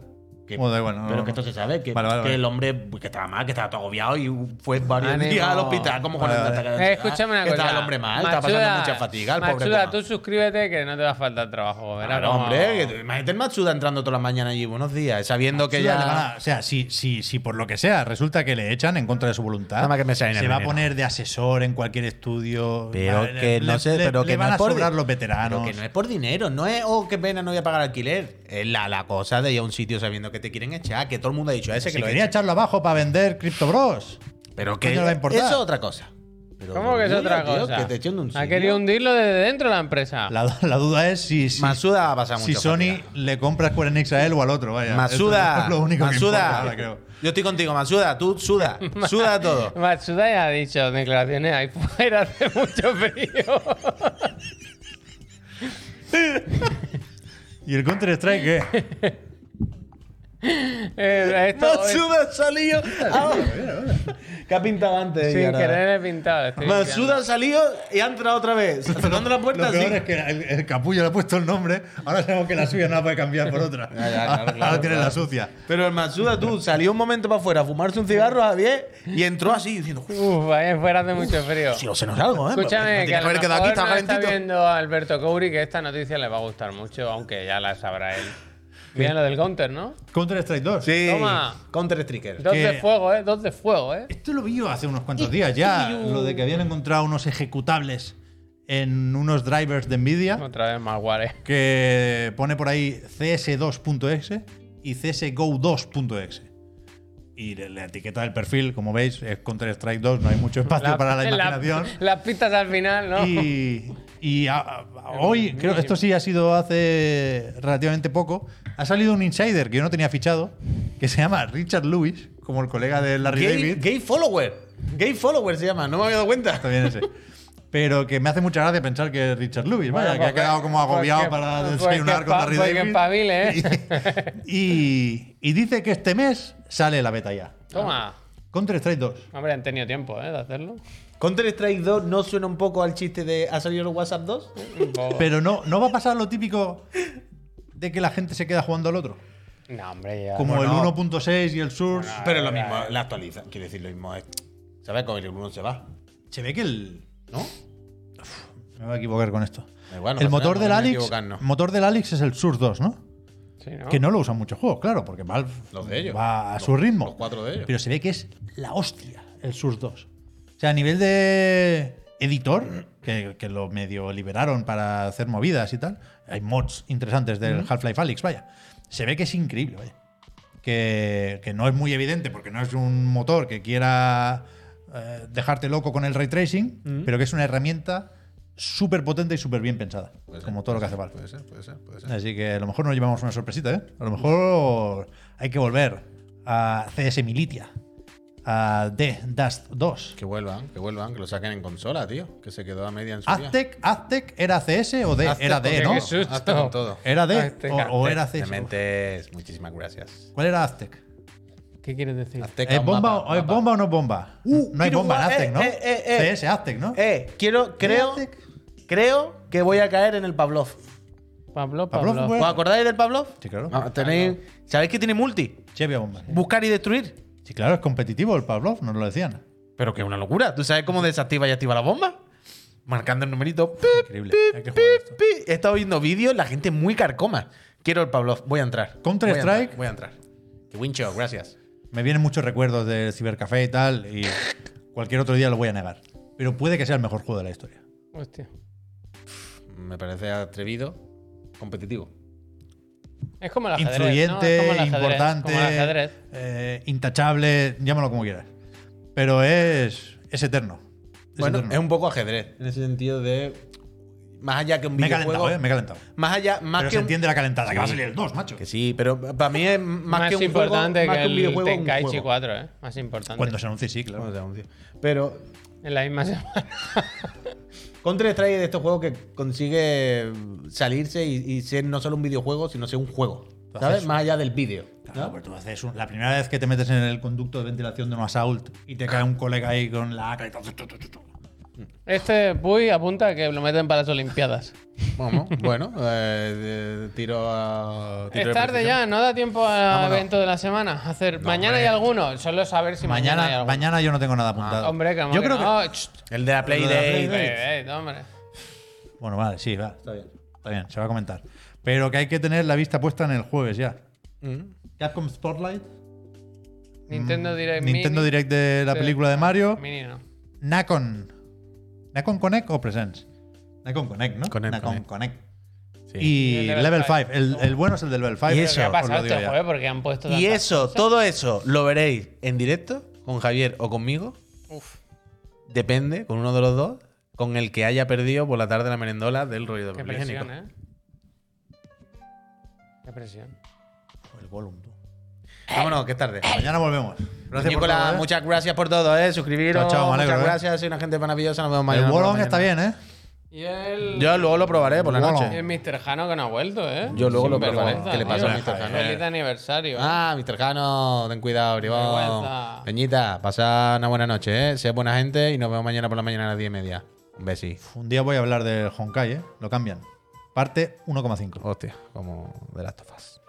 S2: Que-
S1: Bueno, da igual, no,
S2: pero
S1: no,
S2: que
S1: no.
S2: esto se sabe, que,
S1: Vale, vale,
S2: que
S1: vale.
S2: el hombre pues, que estaba mal, que estaba todo agobiado y fue varios
S3: Ánimo.
S2: días al hospital como con
S1: Vale,
S2: el
S1: vale.
S2: ataque de
S3: Eh,
S2: ansiedad,
S3: escúchame una
S2: que
S3: cosa.
S2: Estaba el hombre mal, estaba pasando
S3: Matsuda-
S2: mucha fatiga, el pobre.
S3: Matsuda,
S2: Tomás.
S3: tú suscríbete que no te va a faltar trabajo. verás
S2: Claro,
S3: cómo-
S2: hombre, que- imagínate el Matsuda entrando toda la mañana allí, buenos días, sabiendo que
S1: Sí, le van
S2: ya...
S1: a- o sea, si, si, si por lo que sea resulta que le echan en contra de su voluntad,
S2: Nada más que me salen
S1: se
S2: el
S1: va a
S2: veneno.
S1: poner de asesor en cualquier estudio.
S2: Pero
S1: Vale,
S2: que
S1: le-
S2: no sé,
S1: le-
S2: pero
S1: le
S2: que
S1: van
S2: no
S1: a
S2: es por
S1: sobrar
S2: di-
S1: los
S2: pero
S1: veteranos.
S2: que no es por dinero, no es, oh, qué pena, no voy a pagar alquiler. Es la, la cosa de ir a un sitio sabiendo que te quieren echar, que todo el mundo ha dicho a ese
S1: Que
S2: que
S1: si
S2: lo
S1: quería
S2: echa.
S1: echarlo abajo para vender Crypto Bros.
S2: Pero
S1: ¿Qué
S2: que
S1: te va a importar?
S2: eso es otra cosa. Pero
S3: ¿Cómo que es
S2: orgullo,
S3: otra
S2: tío,
S3: cosa?
S2: que te echen de un
S3: ha
S2: sitio.
S3: querido hundirlo desde dentro de la empresa.
S1: La, la duda es si, si,
S2: Matsuda ha pasado
S1: si
S2: mucho
S1: Sony le compra Square Enix a él o al otro. Vaya, Esto
S2: Masuda,
S1: es lo único que importa
S2: Masuda,
S1: ahora, creo.
S2: yo estoy contigo, Masuda, tú suda, suda todo.
S3: Matsuda ya ha dicho declaraciones ahí fuera hace mucho frío.
S1: ¿Y el Counter Strike qué?
S3: Eh, esto-
S2: Matsuda salió. ¿Qué ha pintado antes?
S3: sin querer he pintado. estoy
S2: Matsuda salió y ha entrado otra vez. Cerrando la puerta
S1: Lo peor es
S2: así.
S1: que el, el capullo le ha puesto el nombre. Ahora sabemos que la suya no la puede cambiar por otra.
S2: Ya, ya, claro, claro,
S1: ahora tiene
S2: claro.
S1: la sucia.
S2: Pero el Matsuda, tú, salió un momento para afuera a fumarse un cigarro, Javier, y entró así diciendo,
S3: limpiando. Uf, ahí fuera hace mucho frío.
S2: si no se nos algo, ¿eh?
S3: Escúchame,
S2: Me
S3: que
S2: tenía
S3: a lo
S2: haber
S3: mejor
S2: quedado aquí,
S3: no
S2: estaba
S3: está
S2: calentito.
S3: viendo a Alberto Couri que esta noticia le va a gustar mucho, aunque ya la sabrá él. Mira lo del counter, ¿no?
S1: Counter Strike 2.
S2: Sí,
S3: Toma.
S2: Counter Striker.
S3: Dos
S1: Que-
S3: de fuego, ¿eh? Dos de fuego, ¿eh?
S1: Esto lo vi yo hace unos cuantos días ya. Lo de que habían encontrado unos ejecutables en unos drivers de Nvidia
S3: Otra vez más guare.
S1: que pone por ahí cs2.exe y csgo2.exe. Y le- la etiqueta del perfil, como veis, es Counter-Strike 2, no hay mucho espacio para la imaginación.
S3: las pistas al final, ¿no?
S1: Y, y a- a- hoy, creo que esto sí ha sido hace relativamente poco, ha salido un insider que yo no tenía fichado, que se llama Richard Lewis, como el colega de Larry
S2: Gay,
S1: David.
S2: gay follower. Gay follower se llama, no me había dado cuenta.
S1: Está bien ese. Pero que me hace mucha gracia pensar que es Richard Lewis, vaya,
S3: Bueno,
S1: que
S3: pues,
S1: ha
S3: porque-
S1: quedado como agobiado
S3: porque-
S1: para
S3: porque
S1: desayunar con
S3: pues pa-
S1: Larry
S3: porque
S1: David.
S3: espabile, ¿eh?
S1: Y, y dice que este mes sale la beta ya.
S3: Toma.
S1: Counter Strike 2.
S3: Hombre, han tenido tiempo, ¿eh? De hacerlo.
S2: ¿Counter Strike 2 no suena un poco al chiste de ¿ha salido el WhatsApp 2?
S3: Un poco.
S1: Pero no, no va a pasar lo típico de que la gente se queda jugando al otro.
S3: No, hombre, ya.
S1: Como
S2: Bueno.
S1: el 1.6 y el Source.
S3: Ah,
S2: Pero lo mismo, la actualiza. Quiero decir, lo mismo es. ¿Sabes cómo el uno se va?
S1: Se ve que el.
S2: ¿No?
S1: Me voy a equivocar con esto.
S2: Da igual, no
S1: el
S2: pasa
S1: motor
S2: nada,
S1: del
S2: no hay que
S1: Alex.
S2: equivocarnos.
S1: motor del Alex es el Source 2, ¿no?
S3: Sí, ¿no?
S1: Que no lo usan muchos juegos, claro, porque Valve
S2: Los de ellos.
S1: va a
S2: Los-
S1: su ritmo.
S2: los cuatro de ellos.
S1: Pero se ve que es la hostia el Source 2. O sea, a nivel de editor, que, que lo medio liberaron para hacer movidas y tal, hay mods interesantes del Half-Life Alyx, vaya. Se ve que es increíble, vaya. Que, que no es muy evidente porque no es un motor que quiera eh, dejarte loco con el ray tracing, pero que es una herramienta súper potente y súper bien pensada, como todo lo que hace Valve.
S2: ser, puede ser, puede
S1: Así que a lo mejor nos llevamos una sorpresita, ¿eh? A lo mejor hay que volver a CS Militia, a The Dust 2.
S2: Que vuelvan, que vuelvan, que lo saquen en consola, tío. Que se quedó a media en su día.
S1: Aztec, Aztec era CS o D,
S2: Aztec
S1: era
S2: con-
S1: D,
S3: Qué
S1: ¿no?
S3: susto.
S2: Hazte con todo.
S1: Era D
S3: Aztec,
S1: o, o
S3: Aztec,
S1: era CS.
S2: Dementes, muchísimas gracias.
S1: ¿Cuál era Aztec?
S3: ¿Qué quieres decir?
S2: Azteca,
S1: ¿Es
S2: un
S1: bomba,
S2: mapa,
S1: o- ¿Es
S2: mapa.
S1: bomba o no es bomba?
S2: Uh,
S1: no hay
S2: quiero
S1: bomba en
S2: jugar,
S1: Aztec,
S2: eh,
S1: ¿no?
S2: eh, eh, eh.
S1: CS Aztec, ¿no?
S2: Eh, quiero, creo,
S1: Aztec?
S2: creo que voy a caer en el Pavlov.
S3: Pablo,
S1: Pablo
S3: Pablo.
S1: fue-
S2: ¿Os acordáis del Pavlov?
S1: Sí, claro.
S2: Ah, tenéis, ¿Sabéis que tiene multi?
S1: Chevia bomba.
S2: Buscar y destruir.
S1: Sí, claro, es competitivo el Pavlov, nos lo decían.
S2: Pero que es una locura. ¿Tú sabes cómo desactiva y activa la bomba? Marcando el numerito. Pi,
S1: Increíble.
S2: pi,
S1: Hay que
S2: pi,
S1: jugar esto.
S2: pi. He estado viendo vídeos, la gente muy carcoma. Quiero el Pavlov, voy a entrar.
S1: Counter
S2: Voy a entrar,
S1: Strike.
S2: Voy a entrar. Que Wincho, gracias.
S1: Me vienen muchos recuerdos del cibercafé y tal, y cualquier otro día lo voy a negar. Pero puede que sea el mejor juego de la historia.
S3: Hostia.
S2: Me parece atrevido, competitivo.
S3: Es como el ajedrez. ¿no?
S1: Influyente,
S3: Es como el ajedrez,
S1: importante,
S3: Como el ajedrez.
S1: eh, intachable, llámalo como quieras. Pero es, es eterno. Es
S2: Bueno,
S1: eterno.
S2: es un poco ajedrez. En ese sentido de. Más allá que un
S1: me he
S2: videojuego.
S1: calentado, eh, me he calentado.
S2: Más allá, más
S1: Pero
S2: que
S1: se
S2: un-
S1: entiende la calentada, que va a
S2: Sí.
S1: salir el 2, macho.
S2: Que sí, pero para mí es más,
S3: Más,
S2: que un
S3: importante
S2: juego, más
S3: que,
S2: un
S3: el
S2: videojuego. un
S3: Tenkaichi
S2: juego.
S3: 4, ¿eh? Más importante.
S1: Cuando se anuncie, sí, claro.
S2: Bueno, te anuncio. Pero
S3: En la misma semana.
S2: Counter Strike es de estos juegos que consigue salirse y, y ser no solo un videojuego, sino ser un juego. ¿Sabes?
S1: Entonces-
S2: Más allá del vídeo.
S1: Claro, pero tú haces un- la primera vez que te metes en el conducto de ventilación de un assault y te cae un colega ahí con la AK y tal. tu, tu, tu, tu, tu.
S3: Este Puy apunta que lo meten para las Olimpiadas.
S2: Vamos, bueno, eh, eh, tiro a. tiro
S3: Es
S2: de
S3: tarde
S2: precisión.
S3: ya, no da tiempo al
S2: Vámonos.
S3: evento de la semana. Hacer mañana hay alguno, solo saber si mañana, hay
S1: Mañana,
S3: alguno.
S1: mañana yo no tengo nada apuntado.
S3: Hombre, que Oh,
S1: yo creo que. Mm,
S3: no. Shh,
S2: El de la Play
S1: Lo de la Play
S2: Day.
S1: Day.
S3: hombre, eh, hombre.
S1: Bueno, vale, sí, va. Está bien. Está bien, se va a comentar. Pero que hay que tener la vista puesta en el jueves ya. Capcom Spotlight.
S3: Nintendo Direct
S1: Nintendo
S3: Mini.
S1: Direct de la
S3: Sí.
S1: película de Mario.
S3: Mini no.
S1: Nacon. ¿Nacon Connect o Presents? Nacon Connect, ¿no?
S2: Connect,
S1: Nacon
S2: Connect.
S1: Connect.
S2: Sí.
S1: Y
S3: Y el
S1: Level
S3: Level
S1: 5. El, el bueno es el del Level 5.
S2: Y
S1: os
S2: eso,
S3: ¿Qué ha
S1: lo
S3: pasado
S1: digo
S3: este
S1: ya.
S3: jueves? Porque han puesto.
S2: Y
S3: tantas
S2: eso,
S3: cosas.
S2: todo eso lo veréis en directo con Javier o conmigo.
S3: Uf,
S2: Depende, con uno de los dos, con el que haya perdido por la tarde la merendola del ruido
S3: qué
S2: higiénico.
S3: presión, ¿eh? Qué presión.
S1: El volumen, tú.
S2: Vámonos, que es tarde.
S3: Eh.
S1: Mañana volvemos. Gracias por
S2: Nicolás,
S1: todo, ¿eh?
S2: muchas gracias por todo, ¿eh? Suscribiros.
S1: Chao, chao, me
S2: muchas
S1: alegro, ¿eh?
S2: gracias, soy una gente maravillosa. Nos vemos mañana.
S1: El
S2: por la
S1: Wolong está
S2: mañana.
S1: bien, ¿eh?
S3: Y el.
S2: Yo luego lo probaré por la
S1: Wolong.
S2: noche.
S3: Y el Mr. Jano que no ha vuelto, ¿eh?
S2: Yo luego lo
S3: Sinvergüenza,
S2: probaré. ¿Qué le pasa
S3: tío.
S2: a Mr. Jano?
S3: Feliz aniversario. ¿eh?
S2: Ah, Mr. Jano, ten cuidado, bribón.
S3: vergüenza.
S2: Peñita, pasad una buena noche, ¿eh? Sed buena gente y nos vemos mañana por la mañana a las 10 y media. Un besi.
S1: Un día voy a hablar del Honkai, ¿eh? Lo cambian. Parte 1,5.
S2: Hostia, como de las tofas.